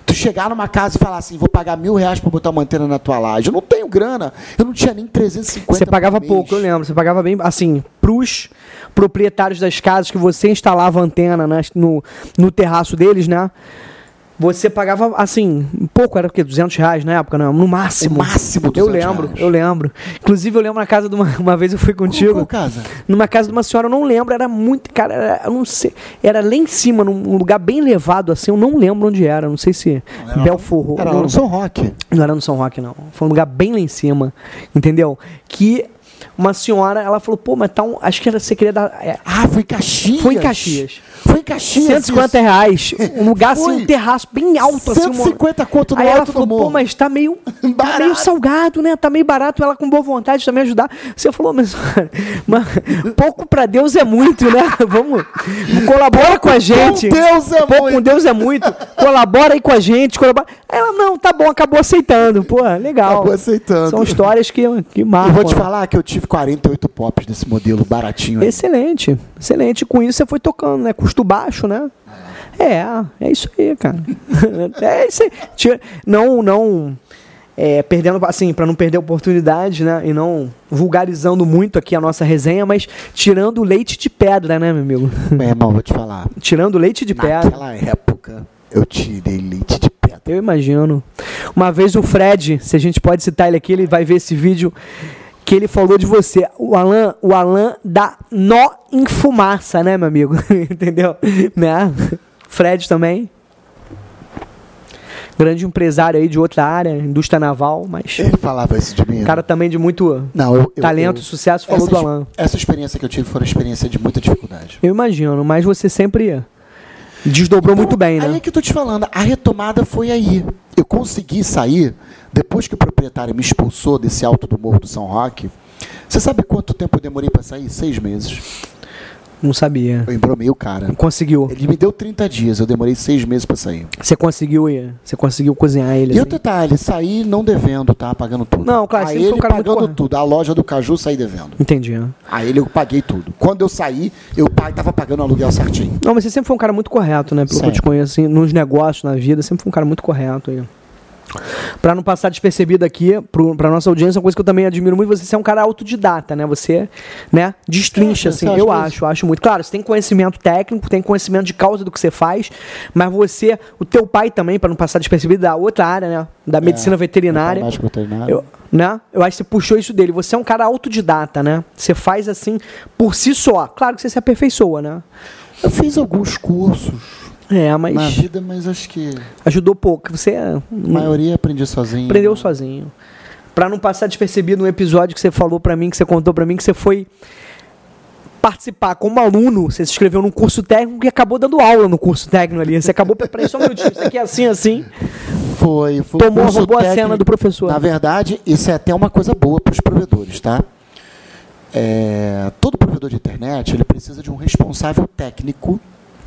Speaker 2: Tu chegar numa casa e falar assim, vou pagar mil reais pra botar uma antena na tua laje. Eu não tenho grana. Eu não tinha nem 350
Speaker 1: Você pagava
Speaker 2: por mês.
Speaker 1: pouco, eu lembro. Você pagava bem, assim, pros proprietários das casas que você instalava antena nas- no, no terraço deles, né? Você pagava, assim, pouco, era o quê? 200 reais na época, né? No máximo.
Speaker 2: O máximo,
Speaker 1: Eu
Speaker 2: 200
Speaker 1: lembro,
Speaker 2: reais.
Speaker 1: eu lembro. Inclusive, eu lembro na casa de uma... Uma vez eu fui contigo.
Speaker 2: qual casa?
Speaker 1: Numa casa de uma senhora, eu não lembro, era muito, cara, era, eu não sei, era lá em cima, num num lugar bem elevado, assim, eu não lembro onde era, não sei se Belforro.
Speaker 2: Era
Speaker 1: não-
Speaker 2: lá no São Roque.
Speaker 1: não era no São Roque, não. Foi um lugar bem lá em cima, entendeu? Que uma senhora, ela falou, pô, mas tá um. Acho que era, você queria dar. É,
Speaker 2: Ah, foi em Caxias.
Speaker 1: Foi em Caxias.
Speaker 2: Foi em Caxias.
Speaker 1: 150 reais. Um lugar assim,
Speaker 2: Foi.
Speaker 1: um terraço bem alto, assim. uma-
Speaker 2: 150 conto no
Speaker 1: Aí ela
Speaker 2: alto do
Speaker 1: falou, pô,
Speaker 2: morro.
Speaker 1: mas tá meio, tá
Speaker 2: Barato.
Speaker 1: meio salgado, né? Tá meio barato. Ela com boa vontade também ajudar. Você falou, mas, mas pouco pra Deus é muito, né? Vamos, colabora com a gente.
Speaker 2: Deus é
Speaker 1: pouco
Speaker 2: muito.
Speaker 1: com Deus é muito. Colabora aí com a gente. Colabora. Aí Ela, não, tá bom, acabou aceitando. Pô, legal.
Speaker 2: Acabou aceitando.
Speaker 1: São histórias que, que marcam.
Speaker 2: Eu vou te
Speaker 1: né?
Speaker 2: falar que eu tive 48 pops desse modelo baratinho. aí.
Speaker 1: Excelente, excelente. Com isso você foi tocando, né? Custo baixo, né? É, é isso aí, cara. é isso aí. Tira- Não, não. é, perdendo, assim, para não perder a oportunidade, né? E não vulgarizando muito aqui a nossa resenha, mas tirando o leite de pedra, né, meu amigo?
Speaker 2: Meu irmão, vou te falar.
Speaker 1: tirando o leite de pedra.
Speaker 2: Naquela época, eu tirei leite de pedra.
Speaker 1: Eu imagino. Uma vez o Fred, se a gente pode citar ele aqui, ele vai ver esse vídeo que ele falou de você. O Alan, o Alan dá nó em fumaça, né, meu amigo? Entendeu? Né? Fred também. Grande empresário aí de outra área, indústria naval, mas
Speaker 2: Ele falava isso de mim. né?
Speaker 1: cara também de muito
Speaker 2: Não, É, eu- eu-
Speaker 1: talento,
Speaker 2: eu-
Speaker 1: sucesso, falou
Speaker 2: essa,
Speaker 1: do
Speaker 2: ex-
Speaker 1: Alan.
Speaker 2: Essa experiência que eu tive foi uma experiência de muita dificuldade.
Speaker 1: Eu imagino, mas você sempre desdobrou muito bem,
Speaker 2: Aí é
Speaker 1: né?
Speaker 2: que eu tô te falando, a retomada foi aí. Eu consegui sair, depois que o proprietário me expulsou desse alto do Morro do São Roque. Você sabe quanto tempo eu demorei para sair? Seis meses.
Speaker 1: Não sabia.
Speaker 2: Eu embromei o cara.
Speaker 1: Conseguiu.
Speaker 2: Ele me deu 30 dias, eu demorei seis meses pra sair.
Speaker 1: Você conseguiu ir. Você conseguiu cozinhar ele.
Speaker 2: E o
Speaker 1: assim?
Speaker 2: detalhe, saí não devendo, tá? Pagando tudo.
Speaker 1: Não, claro,
Speaker 2: A
Speaker 1: sempre foi
Speaker 2: ele
Speaker 1: um cara muito
Speaker 2: pagando
Speaker 1: correto.
Speaker 2: tudo. A loja do Caju saí devendo.
Speaker 1: Entendi. né?
Speaker 2: A ele eu paguei tudo. Quando eu saí, eu pa- tava pagando o aluguel certinho.
Speaker 1: Não, mas você sempre foi um cara muito correto, né? Pelo que eu te
Speaker 2: Sempre.
Speaker 1: conheço, assim, nos negócios, na vida, sempre foi um cara muito correto. Aí. Pra não passar despercebido aqui, pro, pra nossa audiência, uma coisa que eu também admiro muito, você é um cara autodidata, né? Você, né, destrincha,
Speaker 2: É,
Speaker 1: assim,
Speaker 2: você acha
Speaker 1: eu
Speaker 2: isso?
Speaker 1: acho, eu acho muito. Claro, você tem conhecimento técnico, tem conhecimento de causa do que você faz, mas você, o teu pai também, pra não passar despercebido, da outra área, né?
Speaker 2: É,
Speaker 1: Da medicina veterinária.
Speaker 2: Mágico veterinário.
Speaker 1: Eu, né? Eu acho que você puxou isso dele. Você é um cara autodidata, né? Você faz assim por si só. Claro que você se aperfeiçoa, né?
Speaker 2: Eu fiz alguns cursos
Speaker 1: É, mas
Speaker 2: na vida, mas acho que
Speaker 1: ajudou pouco. Você é,
Speaker 2: a maioria aprendi sozinho.
Speaker 1: aprendeu sozinho. Pra não passar despercebido um episódio que você falou pra mim, que você contou pra mim, que você foi participar como aluno, você se inscreveu num curso técnico e acabou dando aula no curso técnico ali. Você acabou, peraí, só um minutinho, isso aqui é assim, assim.
Speaker 2: Foi, foi um
Speaker 1: Tomou,
Speaker 2: curso
Speaker 1: roubou a
Speaker 2: técnico.
Speaker 1: cena do professor.
Speaker 2: Na verdade, isso é até uma coisa boa para os provedores, tá? É, todo provedor de internet ele precisa de um responsável técnico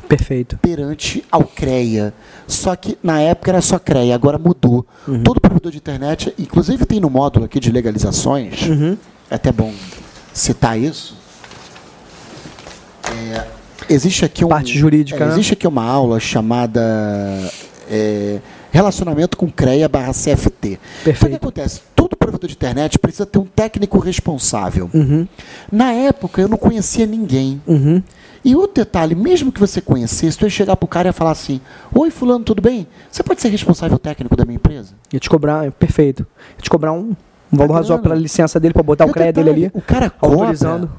Speaker 1: Perfeito.
Speaker 2: perante ao CREA. Só que na época era só CREA, agora mudou.
Speaker 1: Uhum.
Speaker 2: Todo provedor de internet, inclusive tem no módulo aqui de legalizações,
Speaker 1: Uhum.
Speaker 2: é até bom citar isso. É, existe aqui um,
Speaker 1: Parte jurídica,
Speaker 2: é,
Speaker 1: né?
Speaker 2: existe aqui uma aula chamada é, relacionamento com CREA barra CFT. Então, o
Speaker 1: Perfeito.
Speaker 2: que acontece? Todo provedor de internet precisa ter um técnico responsável. Na época eu não conhecia ninguém.
Speaker 1: Uhum.
Speaker 2: E outro detalhe, mesmo que você conhecesse, tu ia chegar pro cara e ia falar assim: Oi, Fulano, tudo bem? Você pode ser responsável técnico da minha empresa?
Speaker 1: Ia te cobrar, é, perfeito. Ia te cobrar um, um valor
Speaker 2: Bacana.
Speaker 1: razoável pela licença dele, pra botar
Speaker 2: E
Speaker 1: o CREA
Speaker 2: detalhe,
Speaker 1: dele ali,
Speaker 2: O cara
Speaker 1: autorizando
Speaker 2: cobra.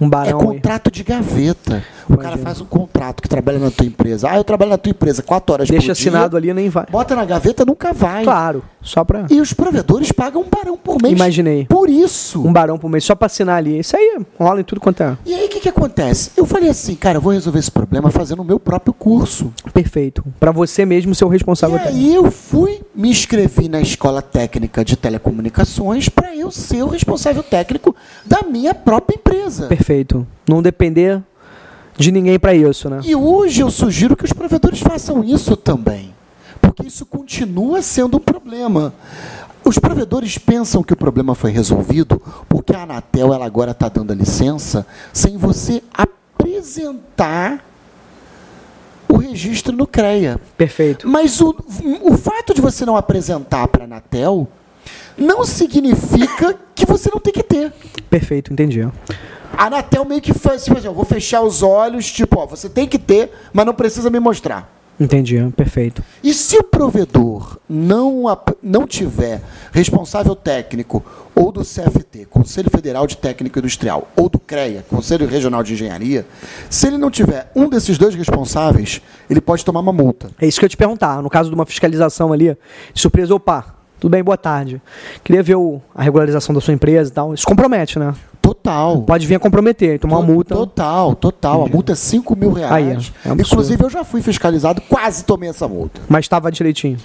Speaker 1: um
Speaker 2: É
Speaker 1: barão aí.
Speaker 2: contrato de gaveta. O cara
Speaker 1: Imagina.
Speaker 2: faz um contrato que trabalha na tua empresa. Ah, eu trabalho na tua empresa quatro horas
Speaker 1: Deixa
Speaker 2: por Tipo, dia.
Speaker 1: assinado ali, nem vai.
Speaker 2: Bota na gaveta, nunca vai.
Speaker 1: Claro, só pra...
Speaker 2: E os provedores pagam um barão por mês.
Speaker 1: Imaginei.
Speaker 2: Por isso.
Speaker 1: um barão por mês, só pra assinar ali. Isso aí rola em tudo quanto é.
Speaker 2: E aí, o que, que acontece? Eu falei assim, cara, eu vou resolver esse problema fazendo o meu próprio curso.
Speaker 1: Perfeito. Pra você mesmo ser o responsável. tá
Speaker 2: E aí eu fui, me inscrevi na Escola Técnica de Telecomunicações para eu ser o responsável técnico da minha própria empresa.
Speaker 1: Perfeito. Não depender de ninguém pra isso, né?
Speaker 2: E hoje eu sugiro que os provedores façam isso também, porque isso continua sendo um problema. Os provedores pensam que o problema foi resolvido porque a Anatel ela agora está dando a licença sem você apresentar o registro no CREA.
Speaker 1: Perfeito.
Speaker 2: Mas o, o fato de você não apresentar para a Anatel não significa que você não tem que ter.
Speaker 1: Perfeito, entendi.
Speaker 2: A Anatel meio que faz assim, eu vou fechar os olhos, tipo, ó, você tem que ter, mas não precisa me mostrar.
Speaker 1: Entendi, perfeito.
Speaker 2: E se o provedor não, ap- não tiver responsável técnico ou do CFT, Conselho Federal de Técnico Industrial, ou do CREA, Conselho Regional de Engenharia, se ele não tiver um desses dois responsáveis, ele pode tomar uma multa.
Speaker 1: É isso que eu ia te perguntar. No caso de uma fiscalização ali, surpresa ou pá. Tudo bem, boa tarde. Queria ver o- a regularização da sua empresa e tal. Isso compromete, né?
Speaker 2: Total.
Speaker 1: Pode vir a comprometer, tomar uma
Speaker 2: To-
Speaker 1: multa.
Speaker 2: Total, total. A multa é 5 mil reais.
Speaker 1: Aí, é. É um absurdo.
Speaker 2: Inclusive, eu já fui fiscalizado, quase tomei essa multa.
Speaker 1: Mas estava direitinho.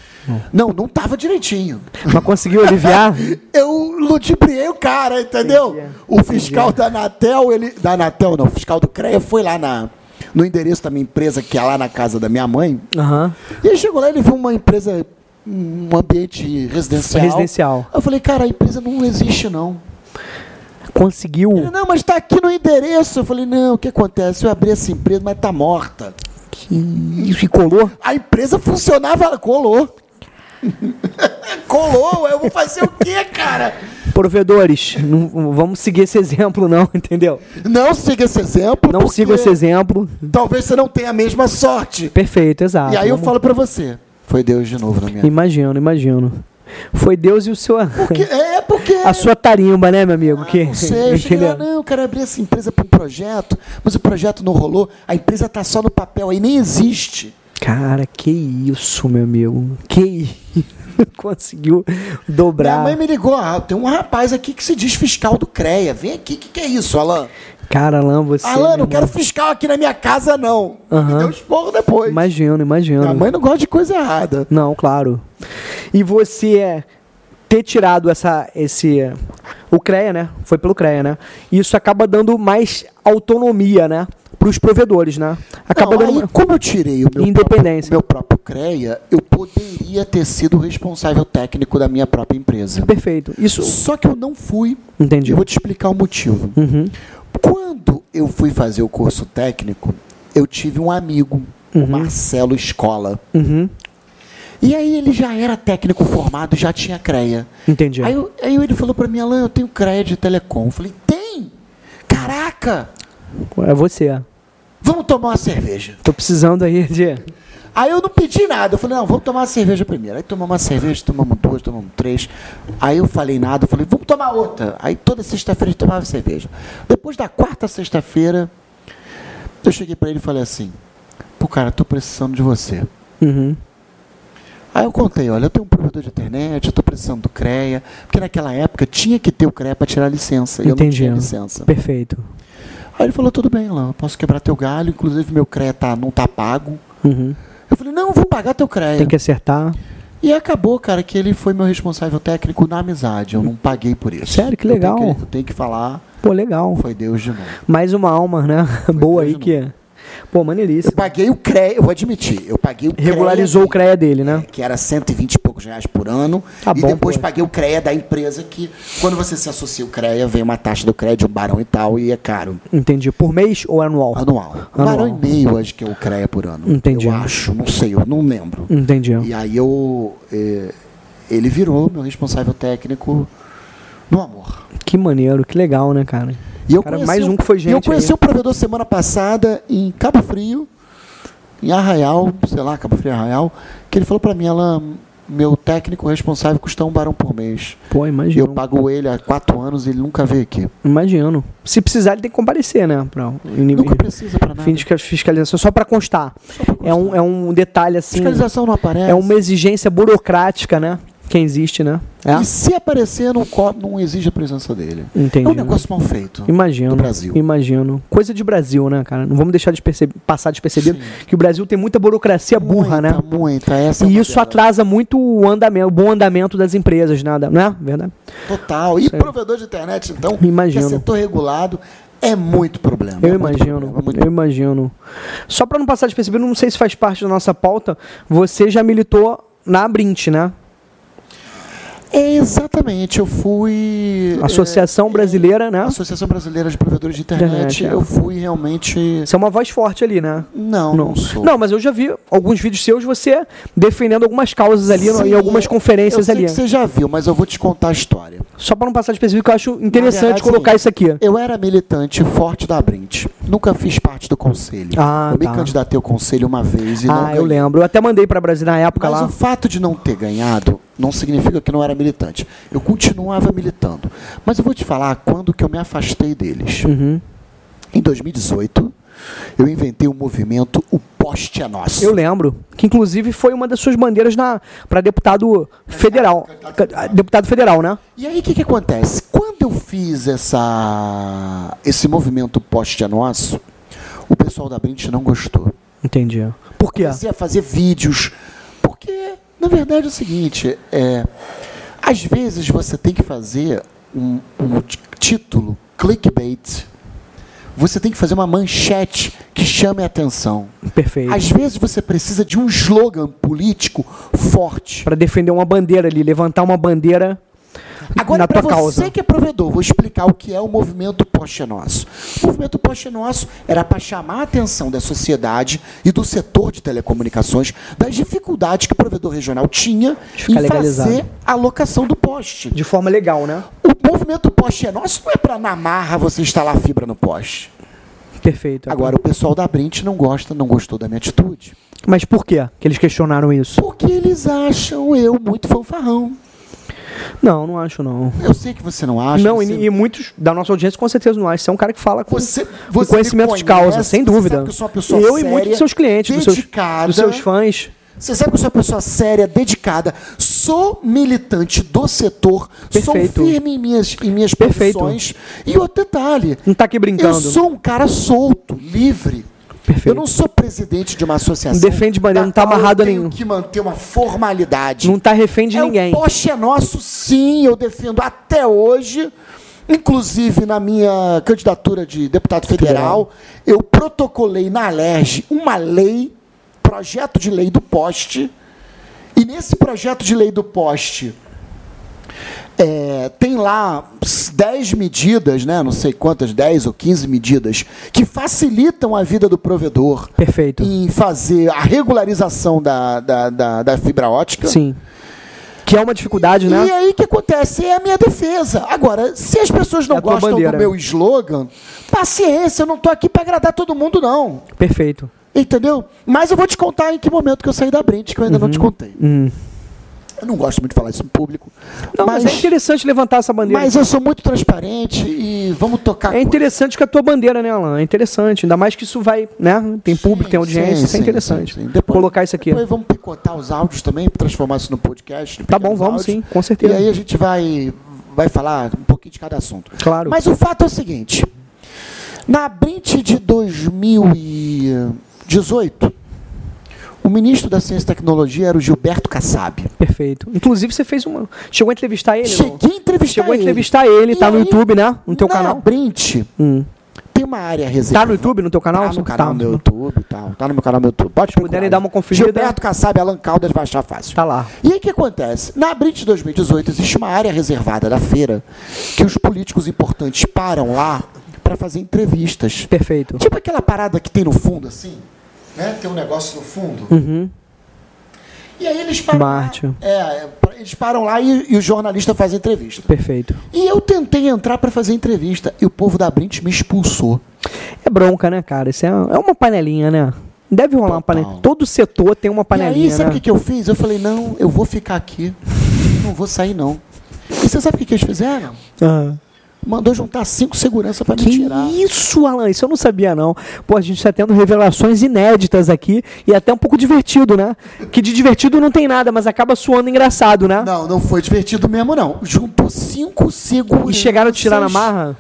Speaker 2: Não, não tava direitinho.
Speaker 1: Mas conseguiu aliviar?
Speaker 2: Eu ludibriei o cara, entendeu?
Speaker 1: Entendi.
Speaker 2: O fiscal da Anatel, ele. Da Anatel, não, o fiscal do CREA foi lá na, no endereço da minha empresa, que é lá na casa da minha mãe.
Speaker 1: Aham.
Speaker 2: E ele chegou lá, ele viu uma empresa, um ambiente residencial.
Speaker 1: Residencial.
Speaker 2: Eu falei, cara, a empresa não existe, não.
Speaker 1: Conseguiu.
Speaker 2: Ele, não, mas tá aqui no endereço. Eu falei, não, o que acontece? Eu abri essa empresa, mas tá morta.
Speaker 1: Que isso, e colou?
Speaker 2: A empresa funcionava, ela colou. colou, eu vou fazer o quê, cara?
Speaker 1: Provedores, não vamos seguir esse exemplo, não, entendeu?
Speaker 2: Não siga esse exemplo.
Speaker 1: Não
Speaker 2: porque
Speaker 1: sigam esse exemplo.
Speaker 2: Talvez você não tenha a mesma sorte.
Speaker 1: Perfeito, exato.
Speaker 2: e aí eu
Speaker 1: Vamos-
Speaker 2: falo pra você. Foi Deus de novo na minha vida.
Speaker 1: Imagino, imagino. Foi Deus e o seu.
Speaker 2: Porque- É porque.
Speaker 1: A sua tarimba, né, meu amigo?
Speaker 2: Ah,
Speaker 1: que...
Speaker 2: Não sei, eu cheguei lá, né? não, eu quero abrir essa empresa para um projeto, mas o projeto não rolou, a empresa tá só no papel aí, nem existe.
Speaker 1: Cara, que isso, meu amigo. Que isso. Conseguiu dobrar.
Speaker 2: Minha mãe me ligou, ah, tem um rapaz aqui que se diz fiscal do CREA. Vem aqui, o que, que é isso, Alan?
Speaker 1: Cara, Alain, você.
Speaker 2: Alan,
Speaker 1: meu
Speaker 2: não quero
Speaker 1: irmão.
Speaker 2: fiscal aqui na minha casa, não.
Speaker 1: Aham.
Speaker 2: Me deu um esporro depois.
Speaker 1: Imagino, imagino.
Speaker 2: Minha mãe não gosta de coisa errada.
Speaker 1: Não, claro. E você é, ter tirado essa, esse. O CREA, né? Foi pelo CREA, né? Isso acaba dando mais autonomia, né? para os provedores, né?
Speaker 2: Acabou aí, como eu tirei o meu,
Speaker 1: Independência.
Speaker 2: Próprio, meu próprio CREA, eu poderia ter sido o responsável técnico da minha própria empresa.
Speaker 1: Perfeito. Isso.
Speaker 2: Só que eu não fui.
Speaker 1: Entendi.
Speaker 2: Eu vou te explicar o motivo.
Speaker 1: Uhum.
Speaker 2: Quando eu fui fazer o curso técnico, eu tive um amigo, o Marcelo Escola.
Speaker 1: Uhum.
Speaker 2: E aí ele já era técnico formado, já tinha CREA.
Speaker 1: Entendi.
Speaker 2: Aí, eu- aí ele falou pra mim, Alan, eu tenho CREA de telecom. Eu falei, tem? Caraca!
Speaker 1: Pô, É você.
Speaker 2: Vamos tomar uma cerveja.
Speaker 1: Tô precisando aí de.
Speaker 2: Aí eu não pedi nada. Eu falei, não, vamos tomar uma cerveja primeiro. Aí tomamos uma cerveja, tomamos duas, tomamos três. Aí eu falei nada, eu falei, vamos tomar outra. Aí toda sexta-feira a gente tomava cerveja. Depois da quarta sexta-feira, eu cheguei pra ele e falei assim, pô, cara, tô precisando de você.
Speaker 1: Uhum.
Speaker 2: Aí eu contei, olha, eu tenho um provedor de internet, eu tô precisando do CREA, porque naquela época tinha que ter o CREA para tirar a licença, e eu não
Speaker 1: Entendi.
Speaker 2: tinha licença.
Speaker 1: Perfeito.
Speaker 2: Aí ele falou, tudo bem, Lan, eu posso quebrar teu galho, inclusive meu CREA tá, não tá pago.
Speaker 1: Uhum.
Speaker 2: Eu falei, não, eu vou pagar teu CREA.
Speaker 1: Tem que acertar.
Speaker 2: E acabou, cara, que ele foi meu responsável técnico na amizade, eu não paguei por isso.
Speaker 1: Sério? Que
Speaker 2: Eu
Speaker 1: legal.
Speaker 2: tenho que- Eu tenho que, falar,
Speaker 1: Pô, legal.
Speaker 2: foi Deus de novo.
Speaker 1: Mais uma alma, né? Boa aí
Speaker 2: mesmo.
Speaker 1: que. Pô,
Speaker 2: Eu
Speaker 1: maneiríssimo.
Speaker 2: paguei o CREA, eu vou admitir, eu paguei o CREA.
Speaker 1: Regularizou o CREA dele, né?
Speaker 2: que era 120 e poucos reais por ano.
Speaker 1: Tá
Speaker 2: e
Speaker 1: bom,
Speaker 2: depois
Speaker 1: pô.
Speaker 2: paguei o CREA da empresa, que quando você se associa ao CREA, vem uma taxa do CREA de um barão e tal, e é caro.
Speaker 1: Entendi. Por mês ou anual?
Speaker 2: Anual. Um
Speaker 1: Anual.
Speaker 2: barão e meio, acho que é o CREA por ano.
Speaker 1: Entendi.
Speaker 2: Eu acho, não sei, eu não lembro.
Speaker 1: Entendi.
Speaker 2: E aí eu. eh, Ele virou meu responsável técnico no amor.
Speaker 1: Que maneiro, que legal, né, cara?
Speaker 2: E eu
Speaker 1: Cara,
Speaker 2: conheci
Speaker 1: mais um que foi
Speaker 2: E eu
Speaker 1: gente
Speaker 2: conheci
Speaker 1: aí.
Speaker 2: o provedor semana passada em Cabo Frio, em Arraial, sei lá, Cabo Frio Arraial, que ele falou pra mim, ela, meu técnico responsável custa um barão por mês.
Speaker 1: Pô,
Speaker 2: E eu
Speaker 1: imagino.
Speaker 2: pago ele há quatro anos e ele nunca veio aqui.
Speaker 1: Imagino. Se precisar, ele tem que comparecer, né? Pra, em nível
Speaker 2: Nunca
Speaker 1: de-
Speaker 2: precisa pra nada.
Speaker 1: fim de fiscalização, só pra constar. É, um, é um detalhe assim.
Speaker 2: Fiscalização não aparece.
Speaker 1: É uma exigência burocrática, né? Que existe, né?
Speaker 2: E se aparecer, não, co- não exige a presença dele.
Speaker 1: Entendi.
Speaker 2: É um negócio mal feito.
Speaker 1: Imagino.
Speaker 2: do Brasil.
Speaker 1: Imagino. Coisa de Brasil, né, cara? Não vamos deixar de perce- passar despercebido que o Brasil tem muita burocracia burra, né?
Speaker 2: Muita, muita. Essa é
Speaker 1: E
Speaker 2: uma
Speaker 1: isso
Speaker 2: dela.
Speaker 1: atrasa muito o andamento, o bom andamento das empresas, nada, não é? Verdade?
Speaker 2: Total. E provedor de internet, então,
Speaker 1: Imagino.
Speaker 2: que é setor regulado, é muito problema.
Speaker 1: Eu
Speaker 2: É muito
Speaker 1: imagino,
Speaker 2: problema, é muito
Speaker 1: eu imagino. Só pra não passar despercebido, não sei se faz parte da nossa pauta, você já militou na Abrint, né?
Speaker 2: É, exatamente. Eu fui.
Speaker 1: Associação Brasileira,
Speaker 2: é,
Speaker 1: né?
Speaker 2: Associação Brasileira de Provedores de Internet.
Speaker 1: Internet, é.
Speaker 2: Eu fui realmente.
Speaker 1: Você é uma voz forte ali, né?
Speaker 2: Não, não, sou.
Speaker 1: Não, mas eu já vi alguns vídeos seus você defendendo algumas causas ali
Speaker 2: Sim,
Speaker 1: e algumas
Speaker 2: eu
Speaker 1: conferências
Speaker 2: sei
Speaker 1: ali.
Speaker 2: que você já viu, mas eu vou te contar a história.
Speaker 1: Só pra não passar despercebido, que eu acho interessante
Speaker 2: verdade,
Speaker 1: colocar
Speaker 2: sim.
Speaker 1: isso aqui.
Speaker 2: Eu era militante forte da Brint. Nunca fiz parte do conselho.
Speaker 1: Ah,
Speaker 2: eu
Speaker 1: tá.
Speaker 2: me candidatei ao conselho uma vez e não
Speaker 1: Ah, eu
Speaker 2: ganhei.
Speaker 1: lembro. Eu até mandei pra Brasil na época
Speaker 2: Mas
Speaker 1: lá.
Speaker 2: o fato de não ter ganhado não significa que eu não era militante. Eu continuava militando. Mas eu vou te falar quando que eu me afastei deles.
Speaker 1: Uhum.
Speaker 2: Em 2018, eu inventei um movimento O Poste é Nosso.
Speaker 1: Eu lembro. Que inclusive foi uma das suas bandeiras na para deputado federal. Ca- Deputado federal, né?
Speaker 2: E aí o que, que acontece? Quando eu fiz essa, esse movimento Poste é Nosso, o pessoal da Brint não gostou.
Speaker 1: Entendi. Por quê?
Speaker 2: comecei a fazer vídeos. Porque, na verdade, é o seguinte, é, às vezes você tem que fazer um, um t- título clickbait. Você tem que fazer uma manchete que chame a atenção.
Speaker 1: Perfeito.
Speaker 2: Às vezes você precisa de um slogan político forte.
Speaker 1: Pra defender uma bandeira ali, levantar uma bandeira
Speaker 2: Agora,
Speaker 1: na
Speaker 2: para
Speaker 1: tua
Speaker 2: você
Speaker 1: causa.
Speaker 2: que é provedor, vou explicar o que é o movimento Poste é Nosso. O movimento Poste é Nosso era para chamar a atenção da sociedade e do setor de telecomunicações das dificuldades que o provedor regional tinha
Speaker 1: De
Speaker 2: em
Speaker 1: ficar legalizado.
Speaker 2: fazer a locação do poste.
Speaker 1: De forma legal, né?
Speaker 2: O movimento Poste é Nosso não é para na marra você instalar fibra no poste.
Speaker 1: Perfeito.
Speaker 2: Agora, o pessoal da Brint não gosta, não gostou da minha atitude.
Speaker 1: Mas por quê que eles questionaram isso?
Speaker 2: Porque eles acham eu muito fanfarrão.
Speaker 1: Não, não acho não.
Speaker 2: Eu sei que você não acha.
Speaker 1: não,
Speaker 2: você...
Speaker 1: e, e muitos da nossa audiência com certeza não acham. Você é um cara que fala com,
Speaker 2: Você,
Speaker 1: com
Speaker 2: você
Speaker 1: conhecimento
Speaker 2: me
Speaker 1: de causa,
Speaker 2: conhece,
Speaker 1: sem
Speaker 2: você
Speaker 1: dúvida.
Speaker 2: sabe que eu sou uma pessoa
Speaker 1: eu e
Speaker 2: séria,
Speaker 1: muitos dos seus clientes, dos seus,
Speaker 2: dedicada.
Speaker 1: dos seus fãs.
Speaker 2: Você sabe que eu sou uma pessoa séria, dedicada. Sou militante do setor.
Speaker 1: Perfeito.
Speaker 2: Sou firme em minhas, em minhas
Speaker 1: Perfeito.
Speaker 2: posições. E outro detalhe.
Speaker 1: Não tá aqui brincando.
Speaker 2: Eu sou um cara solto, livre.
Speaker 1: Perfeito.
Speaker 2: Eu não sou presidente de uma associação.
Speaker 1: Defende bandeira,
Speaker 2: da
Speaker 1: não tá
Speaker 2: qual eu
Speaker 1: amarrado a
Speaker 2: tenho
Speaker 1: nenhum.
Speaker 2: que manter uma formalidade.
Speaker 1: Não tá refém de
Speaker 2: É,
Speaker 1: ninguém.
Speaker 2: O poste é nosso, sim, eu defendo até hoje. Inclusive, na minha candidatura de deputado federal, eu protocolei na Alerj uma lei, projeto de lei do poste, e nesse projeto de lei do poste é, tem lá 10 medidas, né? não sei quantas, 10 ou 15 medidas, que facilitam a vida do provedor
Speaker 1: Perfeito.
Speaker 2: em fazer a regularização da, da, da, da fibra ótica.
Speaker 1: Sim. Que é uma dificuldade,
Speaker 2: E
Speaker 1: né?
Speaker 2: aí o que acontece? É a minha defesa. Agora, se as pessoas não
Speaker 1: É a tua
Speaker 2: gostam do
Speaker 1: bandeira.
Speaker 2: meu slogan, paciência, eu não tô aqui para agradar todo mundo, não.
Speaker 1: Perfeito.
Speaker 2: Entendeu? Mas eu vou te contar em que momento que eu saí da Brint, que eu ainda não te contei.
Speaker 1: Hum.
Speaker 2: Eu não gosto muito de falar isso em público.
Speaker 1: Não, mas,
Speaker 2: mas,
Speaker 1: é interessante levantar essa bandeira.
Speaker 2: mas eu sou muito transparente e vamos tocar.
Speaker 1: É interessante que a tua bandeira, né, Alan? É interessante. Ainda mais que isso vai, né? Tem público, tem audiência.
Speaker 2: Sim,
Speaker 1: isso é
Speaker 2: sim,
Speaker 1: interessante.
Speaker 2: sim, sim. Depois-
Speaker 1: Colocar isso aqui.
Speaker 2: Depois vamos picotar os áudios também, transformar isso no podcast.
Speaker 1: Tá bom,
Speaker 2: pequenos
Speaker 1: vamos sim,
Speaker 2: áudios.
Speaker 1: com certeza.
Speaker 2: E aí a gente vai, vai falar um pouquinho de cada assunto.
Speaker 1: Claro.
Speaker 2: Mas o fato é o seguinte: na Brint de 2018, o ministro da Ciência e Tecnologia era o Gilberto Kassab.
Speaker 1: Perfeito. Inclusive, você fez uma. Chegou a entrevistar ele, não?
Speaker 2: Cheguei a entrevistar
Speaker 1: Chegou a
Speaker 2: ele.
Speaker 1: entrevistar ele, tá
Speaker 2: E
Speaker 1: no
Speaker 2: aí,
Speaker 1: YouTube, né? No teu
Speaker 2: na
Speaker 1: canal.
Speaker 2: Brint
Speaker 1: Hum.
Speaker 2: tem uma área reservada.
Speaker 1: Tá no YouTube, no teu canal?
Speaker 2: Tá no canal
Speaker 1: tá.
Speaker 2: do YouTube, tá, tá no meu canal do YouTube. Pode
Speaker 1: puderem
Speaker 2: procurar.
Speaker 1: dar uma conferida.
Speaker 2: Gilberto Kassab, Alan Caldas vai achar fácil.
Speaker 1: Tá lá.
Speaker 2: E aí o que acontece? Na abril de 2018 existe uma área reservada da feira que os políticos importantes param lá para fazer entrevistas.
Speaker 1: Perfeito.
Speaker 2: Tipo aquela parada que tem no fundo, assim, né? Tem um negócio no fundo.
Speaker 1: Uhum.
Speaker 2: E aí eles param
Speaker 1: Marte.
Speaker 2: lá. É, eles param lá e, e o jornalista faz a entrevista.
Speaker 1: Perfeito.
Speaker 2: E eu tentei entrar para fazer entrevista e o povo da Brint me expulsou.
Speaker 1: É bronca, né, cara? Isso é, é uma panelinha, né? Deve rolar uma
Speaker 2: Total.
Speaker 1: panelinha. Todo setor tem uma
Speaker 2: E aí,
Speaker 1: panelinha,
Speaker 2: sabe o
Speaker 1: né?
Speaker 2: que, que eu fiz? Eu falei, não, eu vou ficar aqui. Não vou sair, não. E você sabe o que, que eles fizeram?
Speaker 1: Ah.
Speaker 2: Mandou juntar cinco segurança para me
Speaker 1: Que
Speaker 2: tirar.
Speaker 1: isso, Alan? Isso eu não sabia, não. Pô, a gente tá tendo revelações inéditas aqui e até um pouco divertido, né? Que de divertido não tem nada, mas acaba suando engraçado, né?
Speaker 2: Não, não foi divertido mesmo, não. Juntou cinco seguranças.
Speaker 1: E chegaram a te tirar na marra?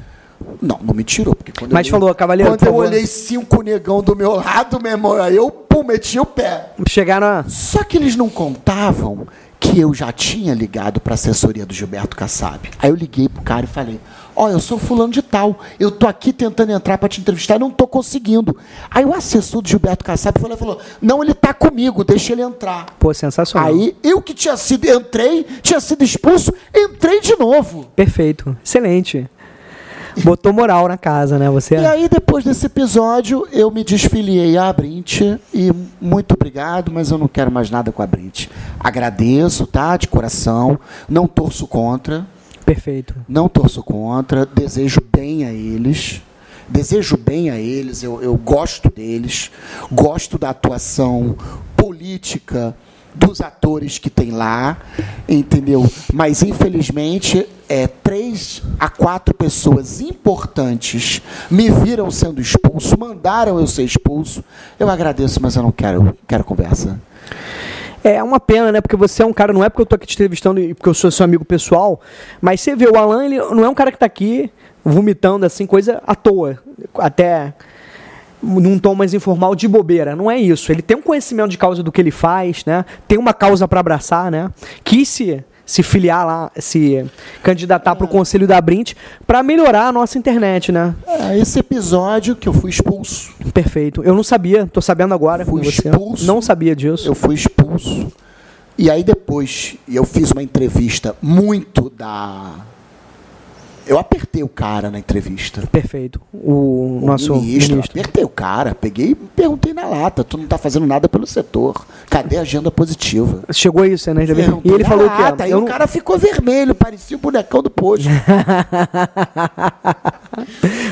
Speaker 2: Não, não me tirou. Porque quando
Speaker 1: Mas
Speaker 2: eu
Speaker 1: falou, "Cavaleiro,
Speaker 2: Quando
Speaker 1: por
Speaker 2: eu
Speaker 1: favor."
Speaker 2: olhei cinco negão do meu lado, meu irmão, aí eu pum, meti o pé.
Speaker 1: Chegaram a.
Speaker 2: Só que eles não contavam que eu já tinha ligado para assessoria do Gilberto Kassab. Aí eu liguei pro cara e falei: "Ó, eu sou fulano de tal, eu tô aqui tentando entrar para te entrevistar e não tô conseguindo". Aí o assessor do Gilberto Kassab falou, falou: "Não, ele tá comigo, deixa ele entrar".
Speaker 1: Pô, sensacional.
Speaker 2: Aí eu que tinha sido entrei, tinha sido expulso, entrei de novo.
Speaker 1: Perfeito. Excelente. Botou moral na casa, né? Você.
Speaker 2: E aí, depois desse episódio, eu me desfiliei à Brint e muito obrigado, mas eu não quero mais nada com a Brint. Agradeço, tá? De coração. Não torço contra.
Speaker 1: Perfeito.
Speaker 2: Não torço contra. Desejo bem a eles. Desejo bem a eles. Eu, eu gosto deles. Gosto da atuação política dos atores que tem lá, entendeu? Mas infelizmente é três a quatro pessoas importantes me viram sendo expulso, mandaram eu ser expulso. Eu agradeço, mas eu não quero, quero conversa.
Speaker 1: É uma pena, né? Porque você é um cara, não é porque eu tô aqui te entrevistando e porque eu sou seu amigo pessoal, mas você vê, o Alan, ele não é um cara que tá aqui vomitando, assim, coisa à toa. Até num tom mais informal de bobeira. Não é isso. Ele tem um conhecimento de causa do que ele faz, né? Tem uma causa para abraçar, né? Quis se, se filiar lá, se candidatar para o conselho da Brint para melhorar a nossa internet, né?
Speaker 2: É, Esse episódio que eu fui expulso,
Speaker 1: Perfeito. Eu não sabia, tô sabendo agora
Speaker 2: Fui
Speaker 1: com você.
Speaker 2: expulso.
Speaker 1: Não sabia disso.
Speaker 2: Eu fui expulso. E aí depois eu fiz uma entrevista muito da. Eu apertei o cara na entrevista.
Speaker 1: Perfeito. O,
Speaker 2: O
Speaker 1: nosso
Speaker 2: ministro,
Speaker 1: ministro.
Speaker 2: apertei o cara, peguei e perguntei na lata, tu não tá fazendo nada pelo setor. Cadê a agenda positiva?
Speaker 1: Chegou isso, né? E
Speaker 2: Perguntei
Speaker 1: ele
Speaker 2: na
Speaker 1: falou
Speaker 2: lata,
Speaker 1: que
Speaker 2: tá Aí o cara ficou vermelho, parecia o bonecão do posto.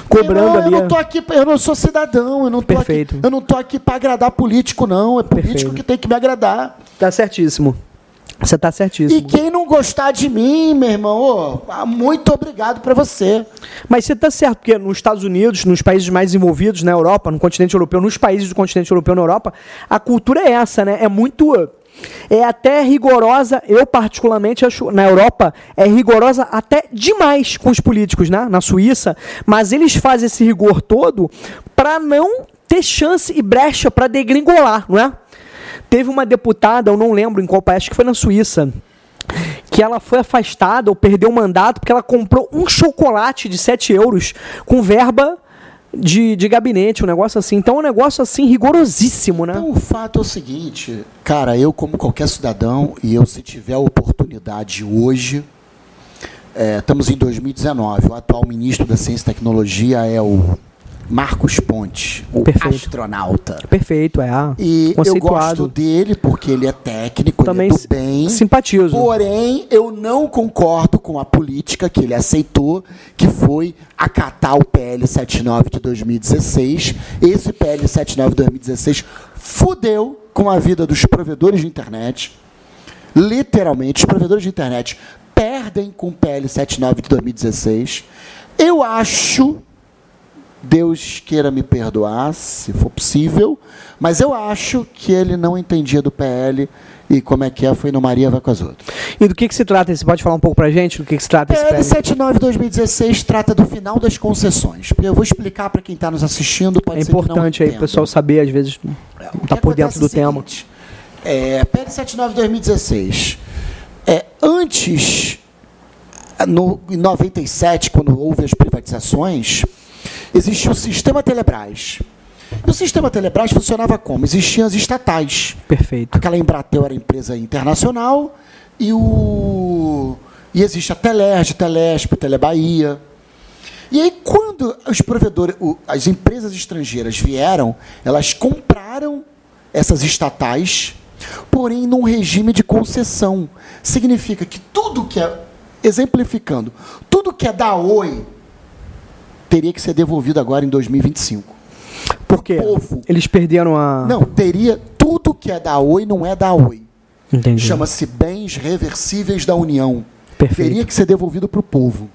Speaker 1: cobrando
Speaker 2: não,
Speaker 1: ali. é-
Speaker 2: Eu não tô aqui, pra- eu não sou cidadão, eu não tô
Speaker 1: Perfeito.
Speaker 2: aqui, eu não tô aqui para agradar político não, é político
Speaker 1: Perfeito.
Speaker 2: que tem que me agradar.
Speaker 1: Tá certíssimo. Você tá
Speaker 2: E
Speaker 1: certíssimo.
Speaker 2: quem não gostar de mim, meu irmão, ô, ah, muito obrigado pra você.
Speaker 1: Mas você tá certo, porque nos Estados Unidos, nos países mais desenvolvidos, na Europa, no continente europeu, nos países do continente europeu, na Europa, a cultura é essa, né? É muito. É até rigorosa, eu particularmente acho, na Europa, é rigorosa até demais com os políticos, né? Na Suíça. Mas eles fazem esse rigor todo pra não ter chance e brecha pra degringolar, não é? Teve uma deputada, eu não lembro em qual país, acho que foi na Suíça, que ela foi afastada ou perdeu o mandato porque ela comprou um chocolate de 7 euros com verba de, de gabinete, um negócio assim. Então é um negócio assim rigorosíssimo, né?
Speaker 2: Então, o fato é o seguinte, cara, eu como qualquer cidadão, e eu se tiver a oportunidade hoje, é, estamos em 2019, o atual ministro da Ciência e Tecnologia é o Marcos Pontes, o
Speaker 1: Perfeito.
Speaker 2: astronauta.
Speaker 1: Perfeito, é. ah,
Speaker 2: E eu
Speaker 1: conceituado.
Speaker 2: gosto dele porque ele é técnico,
Speaker 1: Também
Speaker 2: ele é
Speaker 1: si-
Speaker 2: do bem.
Speaker 1: simpatizo.
Speaker 2: Porém, eu não concordo com a política que ele aceitou, que foi acatar o PL 79 de 2016. Esse PL 79 de 2016 fudeu com a vida dos provedores de internet. Literalmente, os provedores de internet perdem com o PL 79 de 2016. Eu acho Deus queira me perdoar, se for possível, mas eu acho que ele não entendia do PL e como é que é, foi no Maria vai com as outras.
Speaker 1: E do que, que se trata? Você pode falar um pouco pra gente do que, que se trata esse
Speaker 2: PL
Speaker 1: PL?
Speaker 2: 79 2016 trata do final das concessões. Eu vou explicar para quem está nos assistindo, pode
Speaker 1: É
Speaker 2: ser que não
Speaker 1: importante aí,
Speaker 2: entenda.
Speaker 1: pro pessoal saber, às vezes, não tá
Speaker 2: O que
Speaker 1: por dentro do
Speaker 2: acontece é o
Speaker 1: tema.
Speaker 2: seguinte, É, PL 79 2016. É, antes, no, em 97, quando houve as privatizações, existia o sistema Telebrás. E o sistema Telebrás funcionava como? Existiam as estatais.
Speaker 1: Perfeito.
Speaker 2: Aquela Embratel era empresa internacional e o e existe a Telerj, Telesp, Telebahia. E aí quando os provedores, o- as empresas estrangeiras vieram, elas compraram essas estatais, porém num regime de concessão. Significa que tudo que é exemplificando, tudo que é da Oi teria que ser devolvido agora em 2025.
Speaker 1: Por quê?
Speaker 2: povo.
Speaker 1: Eles perderam a.
Speaker 2: Não, teria tudo que é da Oi não é da Oi.
Speaker 1: Entendi.
Speaker 2: Chama-se Bens Reversíveis da União.
Speaker 1: Perfeito.
Speaker 2: Teria que ser devolvido para o povo.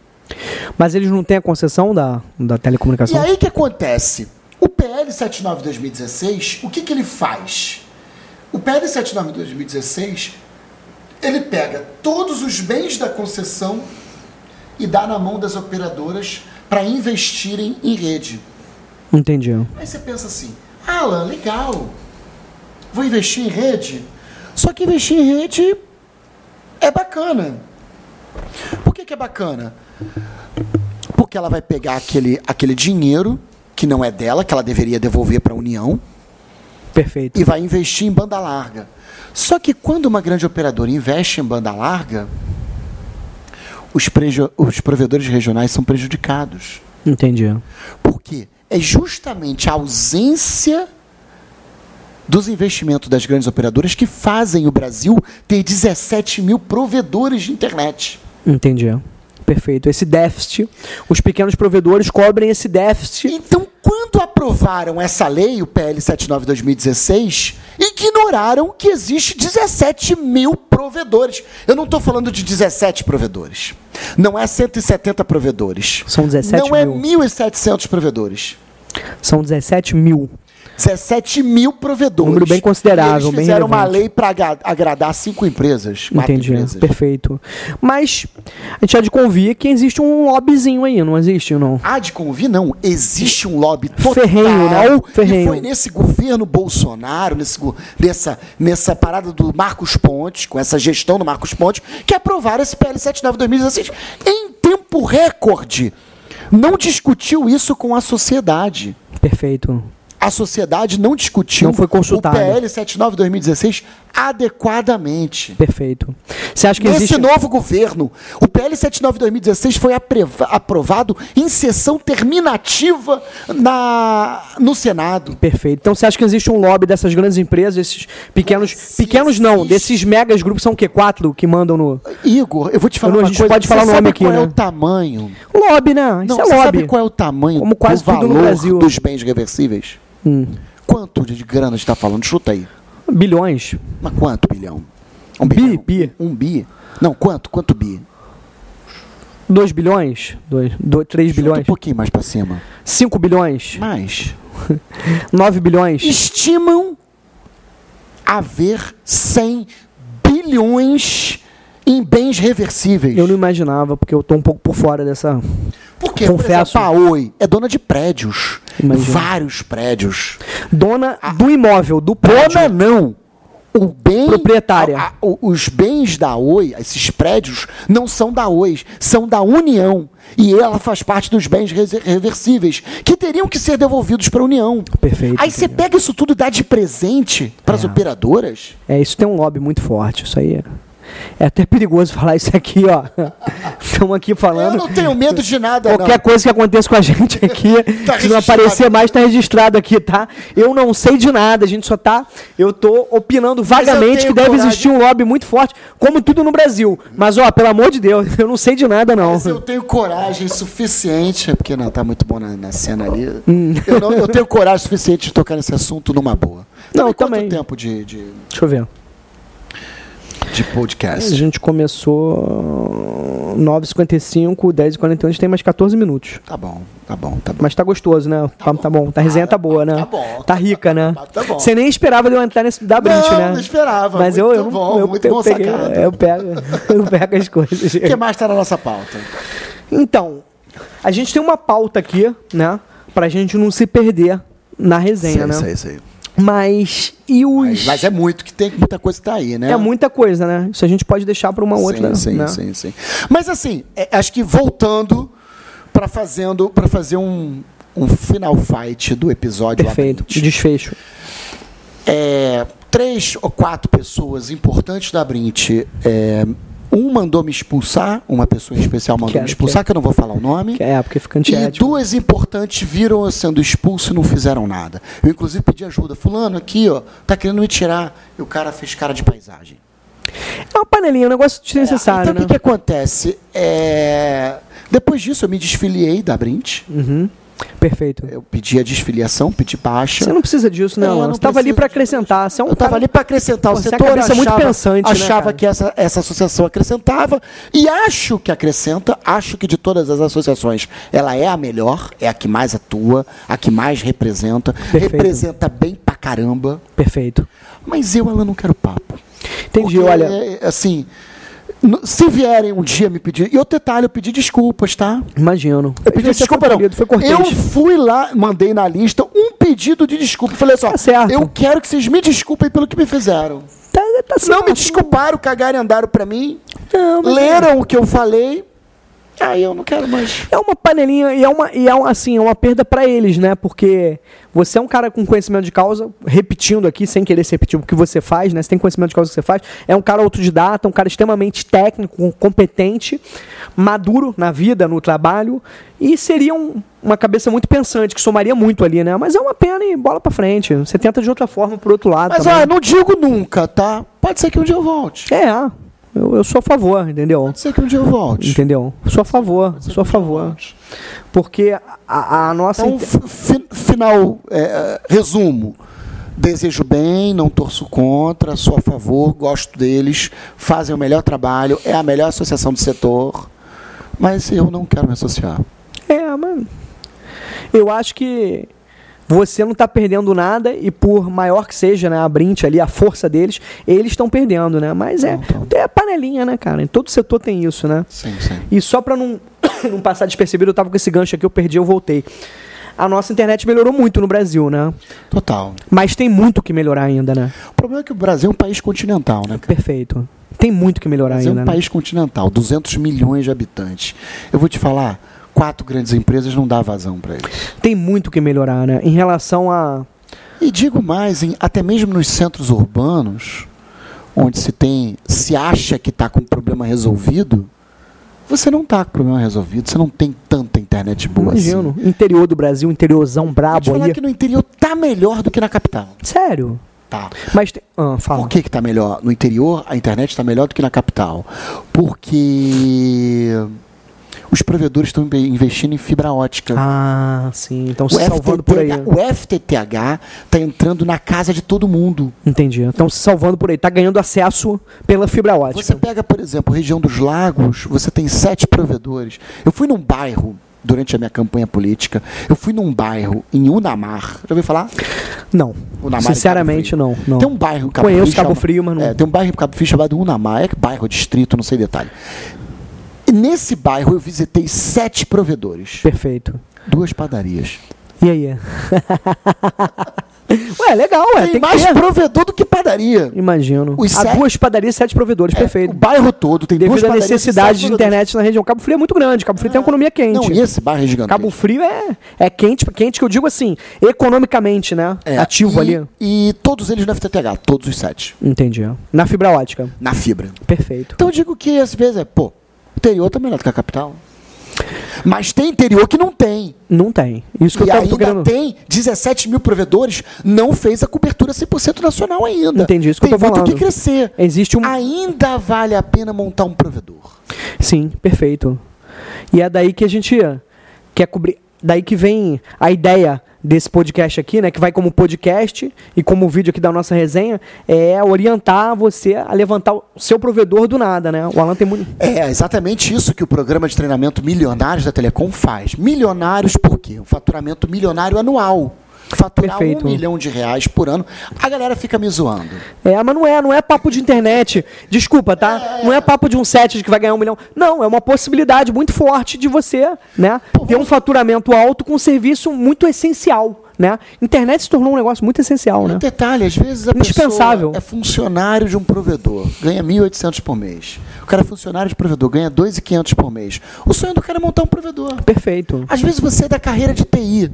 Speaker 1: Mas eles não têm a concessão da, da
Speaker 2: E
Speaker 1: telecomunicação?
Speaker 2: aí o que acontece? O PL 79 2016, o que, que ele faz? O PL 79 2016, ele pega todos os bens da concessão e dá na mão das operadoras para investirem em rede.
Speaker 1: Entendi.
Speaker 2: Aí você pensa assim, ah, Alan, legal. Vou investir em rede. Só que investir em rede é bacana. Por que, que é bacana? Porque ela vai pegar aquele, aquele dinheiro que não é dela, que ela deveria devolver para a União,
Speaker 1: Perfeito.
Speaker 2: e vai investir em banda larga. Só que quando uma grande operadora investe em banda larga, os, preju- os provedores regionais são prejudicados.
Speaker 1: Entendi.
Speaker 2: Porque é justamente a ausência dos investimentos das grandes operadoras que fazem o Brasil ter 17 mil provedores de internet.
Speaker 1: Entendi. Perfeito. Esse déficit, os pequenos provedores cobrem esse déficit.
Speaker 2: Então, quando aprovaram essa lei, o PL 79-2016, ignoraram que existe 17 mil provedores. Eu não estou falando de 17 provedores. Não é 170 provedores.
Speaker 1: São 17
Speaker 2: Não é
Speaker 1: mil.
Speaker 2: 1.700 provedores.
Speaker 1: São 17 mil.
Speaker 2: 17 mil provedores.
Speaker 1: Número bem considerável,
Speaker 2: E
Speaker 1: bem
Speaker 2: Eles fizeram uma
Speaker 1: relevante.
Speaker 2: lei para agradar cinco empresas, quatro
Speaker 1: Entendi.
Speaker 2: empresas.
Speaker 1: Perfeito. Mas a gente há de convir que existe um lobbyzinho aí, não existe, não?
Speaker 2: Há de convir, não. Existe um lobby total.
Speaker 1: Ferrenho, né?
Speaker 2: E
Speaker 1: Ferrenho.
Speaker 2: foi nesse governo Bolsonaro, nesse, go- nessa, nessa parada do Marcos Pontes, com essa gestão do Marcos Pontes, que aprovaram esse PL 79 2016 em tempo recorde. Não discutiu isso com a sociedade.
Speaker 1: Perfeito.
Speaker 2: a sociedade não discutiu
Speaker 1: Não foi consultada.
Speaker 2: o PL 79 2016 adequadamente.
Speaker 1: Perfeito. Você acha que
Speaker 2: Nesse
Speaker 1: existe.
Speaker 2: novo governo, o PL 79 2016 foi apreva- aprovado em sessão terminativa na, no Senado.
Speaker 1: Perfeito. Então você acha que existe um lobby dessas grandes empresas, esses pequenos.
Speaker 2: Se
Speaker 1: pequenos não,
Speaker 2: existe-
Speaker 1: desses megas grupos são o quê? Quatro que mandam no.
Speaker 2: Igor, eu vou te falar
Speaker 1: Eu não- a
Speaker 2: uma
Speaker 1: gente
Speaker 2: coisa.
Speaker 1: pode falar
Speaker 2: você
Speaker 1: nome
Speaker 2: sabe
Speaker 1: aqui,
Speaker 2: qual é
Speaker 1: né?
Speaker 2: o tamanho?
Speaker 1: Lobby, né? Isso
Speaker 2: Não, você
Speaker 1: é
Speaker 2: sabe
Speaker 1: lobby.
Speaker 2: qual é o tamanho
Speaker 1: Como quase
Speaker 2: do
Speaker 1: tudo no
Speaker 2: valor
Speaker 1: Brasil. Hum.
Speaker 2: dos bens reversíveis? Quanto de grana está falando? Chuta aí.
Speaker 1: Bilhões.
Speaker 2: Mas quanto bilhão? Um
Speaker 1: Bi,
Speaker 2: bilhão?
Speaker 1: bi.
Speaker 2: Um bi? Não, quanto? Quanto bi?
Speaker 1: 2 bilhões? 3
Speaker 2: Chuta um
Speaker 1: bilhões?
Speaker 2: pouquinho mais para cima.
Speaker 1: 5 bilhões?
Speaker 2: Mas
Speaker 1: 9 bilhões?
Speaker 2: estimam haver 100 bilhões em bens reversíveis.
Speaker 1: Eu não imaginava, porque eu tô um pouco por fora dessa.
Speaker 2: Porque,
Speaker 1: confesso.
Speaker 2: por exemplo, a Oi é dona de prédios.
Speaker 1: Imagino.
Speaker 2: Vários prédios. Ah.
Speaker 1: Dona do imóvel, do prédio.
Speaker 2: Dona não. o bem,
Speaker 1: Proprietária.
Speaker 2: a- a- o- os bens da Oi, esses prédios, não são da Oi, são da União. E ela faz parte dos bens rese- reversíveis, que teriam que ser devolvidos para a União.
Speaker 1: Perfeito,
Speaker 2: Aí você pega isso tudo e dá de presente para as operadoras?
Speaker 1: É, isso tem um lobby muito forte, isso aí. é- É até perigoso falar isso aqui, ó. Estamos aqui
Speaker 2: Eu
Speaker 1: falando.
Speaker 2: não tenho medo de nada,
Speaker 1: Qualquer
Speaker 2: não.
Speaker 1: coisa que aconteça com a gente aqui,
Speaker 2: Tá
Speaker 1: se não aparecer
Speaker 2: registrado.
Speaker 1: mais, tá registrado aqui, tá? Eu não sei de nada, a gente só tá. Eu tô opinando vagamente
Speaker 2: tenho
Speaker 1: que deve
Speaker 2: coragem.
Speaker 1: existir um lobby muito forte, como tudo no Brasil. Mas, ó, pelo amor de Deus, eu não sei de nada, não.
Speaker 2: Mas eu tenho coragem suficiente, porque não, tá muito bom na, na cena ali.
Speaker 1: Hum.
Speaker 2: Eu, não- eu tenho coragem suficiente de tocar nesse assunto numa boa.
Speaker 1: Não,
Speaker 2: quanto
Speaker 1: também.
Speaker 2: tempo de, de,
Speaker 1: Deixa eu ver.
Speaker 2: de
Speaker 1: A
Speaker 2: podcast?
Speaker 1: gente começou 9h55, 10h41, a gente tem mais 14 minutos.
Speaker 2: Tá bom, tá bom, tá bom.
Speaker 1: Mas tá gostoso, né? Tá, tá bom. Tá, a resenha tá boa, né?
Speaker 2: tá bom.
Speaker 1: Tá rica, né?
Speaker 2: Tá bom.
Speaker 1: Você nem esperava de eu entrar nesse da Brint,
Speaker 2: não,
Speaker 1: né?
Speaker 2: não esperava.
Speaker 1: Mas eu,
Speaker 2: muito
Speaker 1: eu, não-
Speaker 2: bom,
Speaker 1: eu,
Speaker 2: muito
Speaker 1: eu
Speaker 2: bom
Speaker 1: peguei- é,
Speaker 2: sacado.
Speaker 1: eu pego, eu pego as coisas.
Speaker 2: O que mais tá na nossa pauta?
Speaker 1: Então, a gente tem uma pauta aqui, né? Pra gente não se perder na resenha, né?
Speaker 2: isso aí.
Speaker 1: Mas e os
Speaker 2: Mas, mas é muito, que tem muita coisa que tá aí, né?
Speaker 1: é muita coisa, né? Isso a gente pode deixar pra uma outra,
Speaker 2: Sim, sim,
Speaker 1: né?
Speaker 2: sim, sim. Mas assim, é- acho que voltando para fazendo para fazer um, um final fight do episódio.
Speaker 1: Perfeito.
Speaker 2: Abrint.
Speaker 1: Desfecho.
Speaker 2: É, três ou quatro pessoas importantes da Brint. é, um mandou me expulsar, uma pessoa em especial mandou
Speaker 1: Quero,
Speaker 2: me expulsar, que eu não vou falar o nome.
Speaker 1: É, porque fica
Speaker 2: E
Speaker 1: antiético.
Speaker 2: duas importantes viram eu sendo expulso e não fizeram nada. Eu, inclusive, pedi ajuda. Fulano, aqui, ó, tá querendo me tirar. E o cara fez cara de paisagem.
Speaker 1: É uma panelinha, um negócio desnecessário,
Speaker 2: Então, o que, que
Speaker 1: né?
Speaker 2: acontece? É, Depois disso, eu me desfiliei da Brint.
Speaker 1: Uhum. Perfeito.
Speaker 2: é? Eu pedi a desfiliação, pedi baixa.
Speaker 1: Você não precisa disso, né,
Speaker 2: É,
Speaker 1: Alan?
Speaker 2: não
Speaker 1: Você tava ali
Speaker 2: precisa
Speaker 1: pra
Speaker 2: de-
Speaker 1: acrescentar. Você é um
Speaker 2: Eu estava
Speaker 1: cara-
Speaker 2: ali para acrescentar
Speaker 1: Pô,
Speaker 2: o
Speaker 1: você é
Speaker 2: setor.
Speaker 1: cabeça muito pensante, né,
Speaker 2: achava
Speaker 1: cara?
Speaker 2: que essa, essa associação acrescentava. E acho que acrescenta, acho que de todas as associações, ela é a melhor, é a que mais atua, a que mais representa.
Speaker 1: Perfeito.
Speaker 2: Representa bem pra caramba.
Speaker 1: Perfeito.
Speaker 2: Mas eu, ela não quero papo.
Speaker 1: Entendi,
Speaker 2: Porque,
Speaker 1: olha.
Speaker 2: é, Assim, n- se vierem um dia me pedir. E outro detalhe, eu pedi desculpas, tá?
Speaker 1: Imagino.
Speaker 2: Eu pedi
Speaker 1: Você foi
Speaker 2: desculpa, não.
Speaker 1: polido, Foi cortês.
Speaker 2: eu fui lá, mandei na lista um pedido de desculpa. Falei só,
Speaker 1: Tá certo.
Speaker 2: eu quero que vocês me desculpem pelo que me fizeram.
Speaker 1: Tá, tá certo.
Speaker 2: Não me desculparam, cagaram e andaram pra mim.
Speaker 1: Não, mas-
Speaker 2: Leram o que eu falei. Aí eu não quero mais.
Speaker 1: É uma panelinha e é uma, e é um, assim, é uma perda pra eles, né? Porque você é um cara com conhecimento de causa, repetindo aqui, sem querer se repetir o que você faz, né? Você tem conhecimento de causa que você faz. É um cara autodidata, um cara extremamente técnico, competente, maduro na vida, no trabalho. E seria um- uma cabeça muito pensante, que somaria muito ali, né? Mas é uma pena e bola pra frente. Você tenta de outra forma, por outro lado.
Speaker 2: Mas
Speaker 1: também.
Speaker 2: ó, não digo nunca, tá? Pode ser que um dia eu volte.
Speaker 1: É, eu, eu sou a favor, entendeu?
Speaker 2: Pode ser que um dia eu volte.
Speaker 1: Entendeu? Sou a favor, sou a favor. Porque a, a nossa.
Speaker 2: Então,
Speaker 1: inte-
Speaker 2: fi- fi- final, é, resumo. Desejo bem, não torço contra, sou a favor, gosto deles, fazem o melhor trabalho, é a melhor associação do setor, mas eu não quero me associar.
Speaker 1: É, mano. Eu acho que você não tá perdendo nada e por maior que seja, né, a brinte ali, a força deles, eles estão perdendo, né? Mas é,
Speaker 2: Então,
Speaker 1: é a panelinha, né, cara? Em todo setor tem isso, né?
Speaker 2: Sim, sim.
Speaker 1: E só pra não, não passar despercebido, eu tava com esse gancho aqui, eu perdi, eu voltei. A nossa internet melhorou muito no Brasil, né?
Speaker 2: Total.
Speaker 1: Mas tem muito que melhorar ainda, né?
Speaker 2: O problema é que o Brasil é um país continental, né, cara?
Speaker 1: Perfeito. Tem muito que melhorar É,
Speaker 2: Brasil é
Speaker 1: ainda.
Speaker 2: um
Speaker 1: né?
Speaker 2: país continental, 200 milhões de habitantes. Eu vou te falar, quatro grandes empresas não dá vazão para eles.
Speaker 1: Tem muito que melhorar, né? Em relação a.
Speaker 2: E digo mais, em- até mesmo nos centros urbanos, onde se tem, se acha que está com o problema resolvido, você não está com o problema resolvido, você não tem tanta internet boa
Speaker 1: Imagino.
Speaker 2: assim.
Speaker 1: Interior do Brasil, interiorzão
Speaker 2: Vou te
Speaker 1: brabo
Speaker 2: falar
Speaker 1: aí.
Speaker 2: que no interior tá melhor do que na capital.
Speaker 1: Sério.
Speaker 2: Tá.
Speaker 1: Mas tem. Ah, fala.
Speaker 2: Por que está melhor? No interior, a internet está melhor do que na capital. Porque os provedores estão inve- investindo em fibra ótica.
Speaker 1: Ah, sim. Então
Speaker 2: o,
Speaker 1: se salvando por aí.
Speaker 2: FTTH o FTTH está tá entrando na casa de todo mundo.
Speaker 1: Entendi. Então se salvando por aí. Tá ganhando acesso pela fibra ótica.
Speaker 2: Você tá- pega, por exemplo, região dos lagos, você tem sete provedores. Eu fui num bairro, durante a minha campanha política, eu fui num bairro em Unamar. Já ouviu falar?
Speaker 1: Não.
Speaker 2: Unamar e Cabo
Speaker 1: Sinceramente,
Speaker 2: Frio.
Speaker 1: não. não.
Speaker 2: Tá Tem um bairro em Cabo
Speaker 1: Conheço
Speaker 2: Frio
Speaker 1: Cabo
Speaker 2: chama-
Speaker 1: Frio, mas não-
Speaker 2: É, tem um bairro em Cabo Frio chamado Unamar, é que bairro, distrito, não sei detalhe. E nesse bairro eu visitei sete provedores,
Speaker 1: Perfeito.
Speaker 2: duas padarias.
Speaker 1: E aí? Ué, legal, ué.
Speaker 2: Tem,
Speaker 1: É, Tem,
Speaker 2: mais
Speaker 1: que ter.
Speaker 2: provedor do que padaria.
Speaker 1: Imagino.
Speaker 2: Os
Speaker 1: Há
Speaker 2: sete-
Speaker 1: duas padarias, sete provedores,
Speaker 2: O
Speaker 1: perfeito.
Speaker 2: bairro todo tem duas
Speaker 1: Devido à
Speaker 2: padarias e
Speaker 1: necessidade
Speaker 2: sete
Speaker 1: de
Speaker 2: provedores.
Speaker 1: internet na região. Cabo Frio é muito grande. Cabo Frio tem uma economia quente.
Speaker 2: Não, e esse bairro é gigante.
Speaker 1: Cabo Frio é, é quente, quente que eu digo assim, economicamente, né? Ativo ali.
Speaker 2: É. E todos eles no FTTH, todos os sete.
Speaker 1: Entendi. Na fibra ótica.
Speaker 2: Na fibra.
Speaker 1: Perfeito.
Speaker 2: Então eu digo que às vezes é, pô, interior tá melhor do que a capital. Mas tem interior que não tem.
Speaker 1: Não tem. Isso que
Speaker 2: e
Speaker 1: eu tava-
Speaker 2: ainda
Speaker 1: tô querendo.
Speaker 2: tem 17 mil provedores, não fez a cobertura 100% nacional ainda.
Speaker 1: Entendi, isso que
Speaker 2: tem
Speaker 1: eu tô
Speaker 2: muito
Speaker 1: falando.
Speaker 2: que crescer.
Speaker 1: Existe um.
Speaker 2: Ainda vale a pena montar um provedor.
Speaker 1: Sim, perfeito. E é daí que a gente quer cobrir. Daí que vem a ideia desse podcast aqui, né? Que vai como podcast e como vídeo aqui da nossa resenha, é orientar você a levantar o seu provedor do nada, né? O Alan tem muito.
Speaker 2: É exatamente isso que o programa de treinamento Milionários da Telecom faz. Milionários por quê? Um faturamento milionário anual. Faturar
Speaker 1: Perfeito.
Speaker 2: um milhão de reais por ano. A galera fica me zoando.
Speaker 1: É, mas não é, não é papo de internet. Desculpa, tá? Não é papo de um set de que vai ganhar um milhão. Não, é uma possibilidade muito forte de você, né? Ter um faturamento alto com um serviço muito essencial, né? Internet se tornou um negócio muito essencial, né?
Speaker 2: Detalhe, às vezes a
Speaker 1: Indispensável.
Speaker 2: pessoa é funcionário de um provedor, ganha 1.800 por mês. O cara é funcionário de provedor, ganha 2.500 por mês. O sonho do cara é montar um provedor.
Speaker 1: Perfeito.
Speaker 2: Às vezes você é da carreira de TI.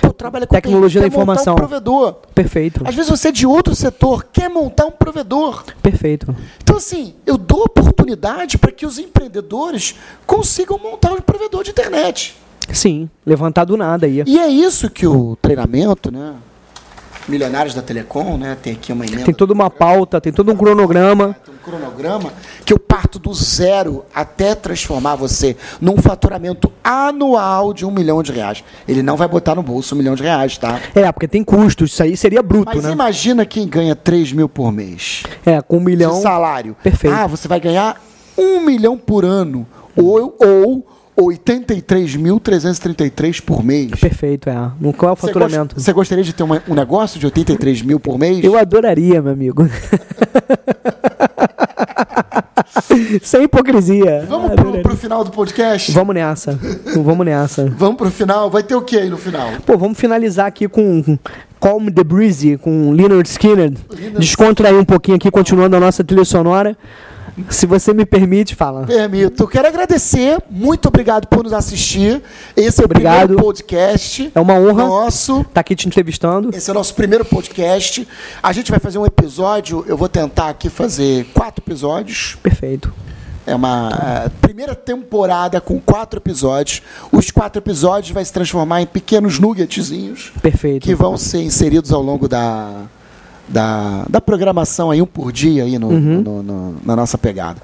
Speaker 2: Pô, trabalha com
Speaker 1: Tecnologia da
Speaker 2: TI, quer montar
Speaker 1: informação.
Speaker 2: Um provedor.
Speaker 1: Perfeito.
Speaker 2: Às vezes você é de outro setor, quer montar um provedor.
Speaker 1: Perfeito.
Speaker 2: Então, assim, eu dou oportunidade para que os empreendedores consigam montar um provedor de internet.
Speaker 1: Sim, levantar do nada aí.
Speaker 2: E é isso que o treinamento, né? Milionários da Telecom, né? Tem aqui uma emenda,
Speaker 1: Tem toda uma pauta, tem todo um cronograma.
Speaker 2: tem um cronograma, que eu parto do zero até transformar você num faturamento anual de um milhão de reais. Ele não vai botar no bolso um milhão de reais, tá?
Speaker 1: É, porque tem custos, isso aí seria bruto,
Speaker 2: Mas
Speaker 1: né?
Speaker 2: imagina quem ganha 3 mil por mês.
Speaker 1: É, com um milhão.
Speaker 2: de salário.
Speaker 1: Perfeito.
Speaker 2: Ah, você vai ganhar um milhão por ano. Ou, ou 83.333 por mês.
Speaker 1: Perfeito, é. Não- Qual é o
Speaker 2: Você
Speaker 1: faturamento?
Speaker 2: gost- Você gostaria de ter uma- um negócio de 83 mil por mês?
Speaker 1: Eu adoraria, meu amigo. Sem hipocrisia.
Speaker 2: Vamos pro,
Speaker 1: Adoraria.
Speaker 2: pro final do podcast?
Speaker 1: Vamos nessa. Vamos nessa.
Speaker 2: Vamos pro final? Vai ter o que aí no final?
Speaker 1: Pô, vamos finalizar aqui com com Calm the Breezy, com Leonard Skinner. Descontrair um pouquinho aqui, continuando a nossa trilha sonora. Se você me permite, fala.
Speaker 2: Permito. Quero agradecer. Muito obrigado por nos assistir. Esse é o
Speaker 1: Obrigado.
Speaker 2: primeiro podcast.
Speaker 1: É uma honra.
Speaker 2: Nosso.
Speaker 1: Tá aqui te entrevistando.
Speaker 2: Esse é o nosso primeiro podcast. A gente vai fazer um episódio. Eu vou tentar aqui fazer quatro episódios.
Speaker 1: Perfeito.
Speaker 2: É uma eh, primeira temporada com quatro episódios. Os quatro episódios vai se transformar em pequenos nuggetzinhos
Speaker 1: Perfeito.
Speaker 2: que vão ser inseridos ao longo da, da, da programação aí, um por dia aí no, no- no- na nossa pegada.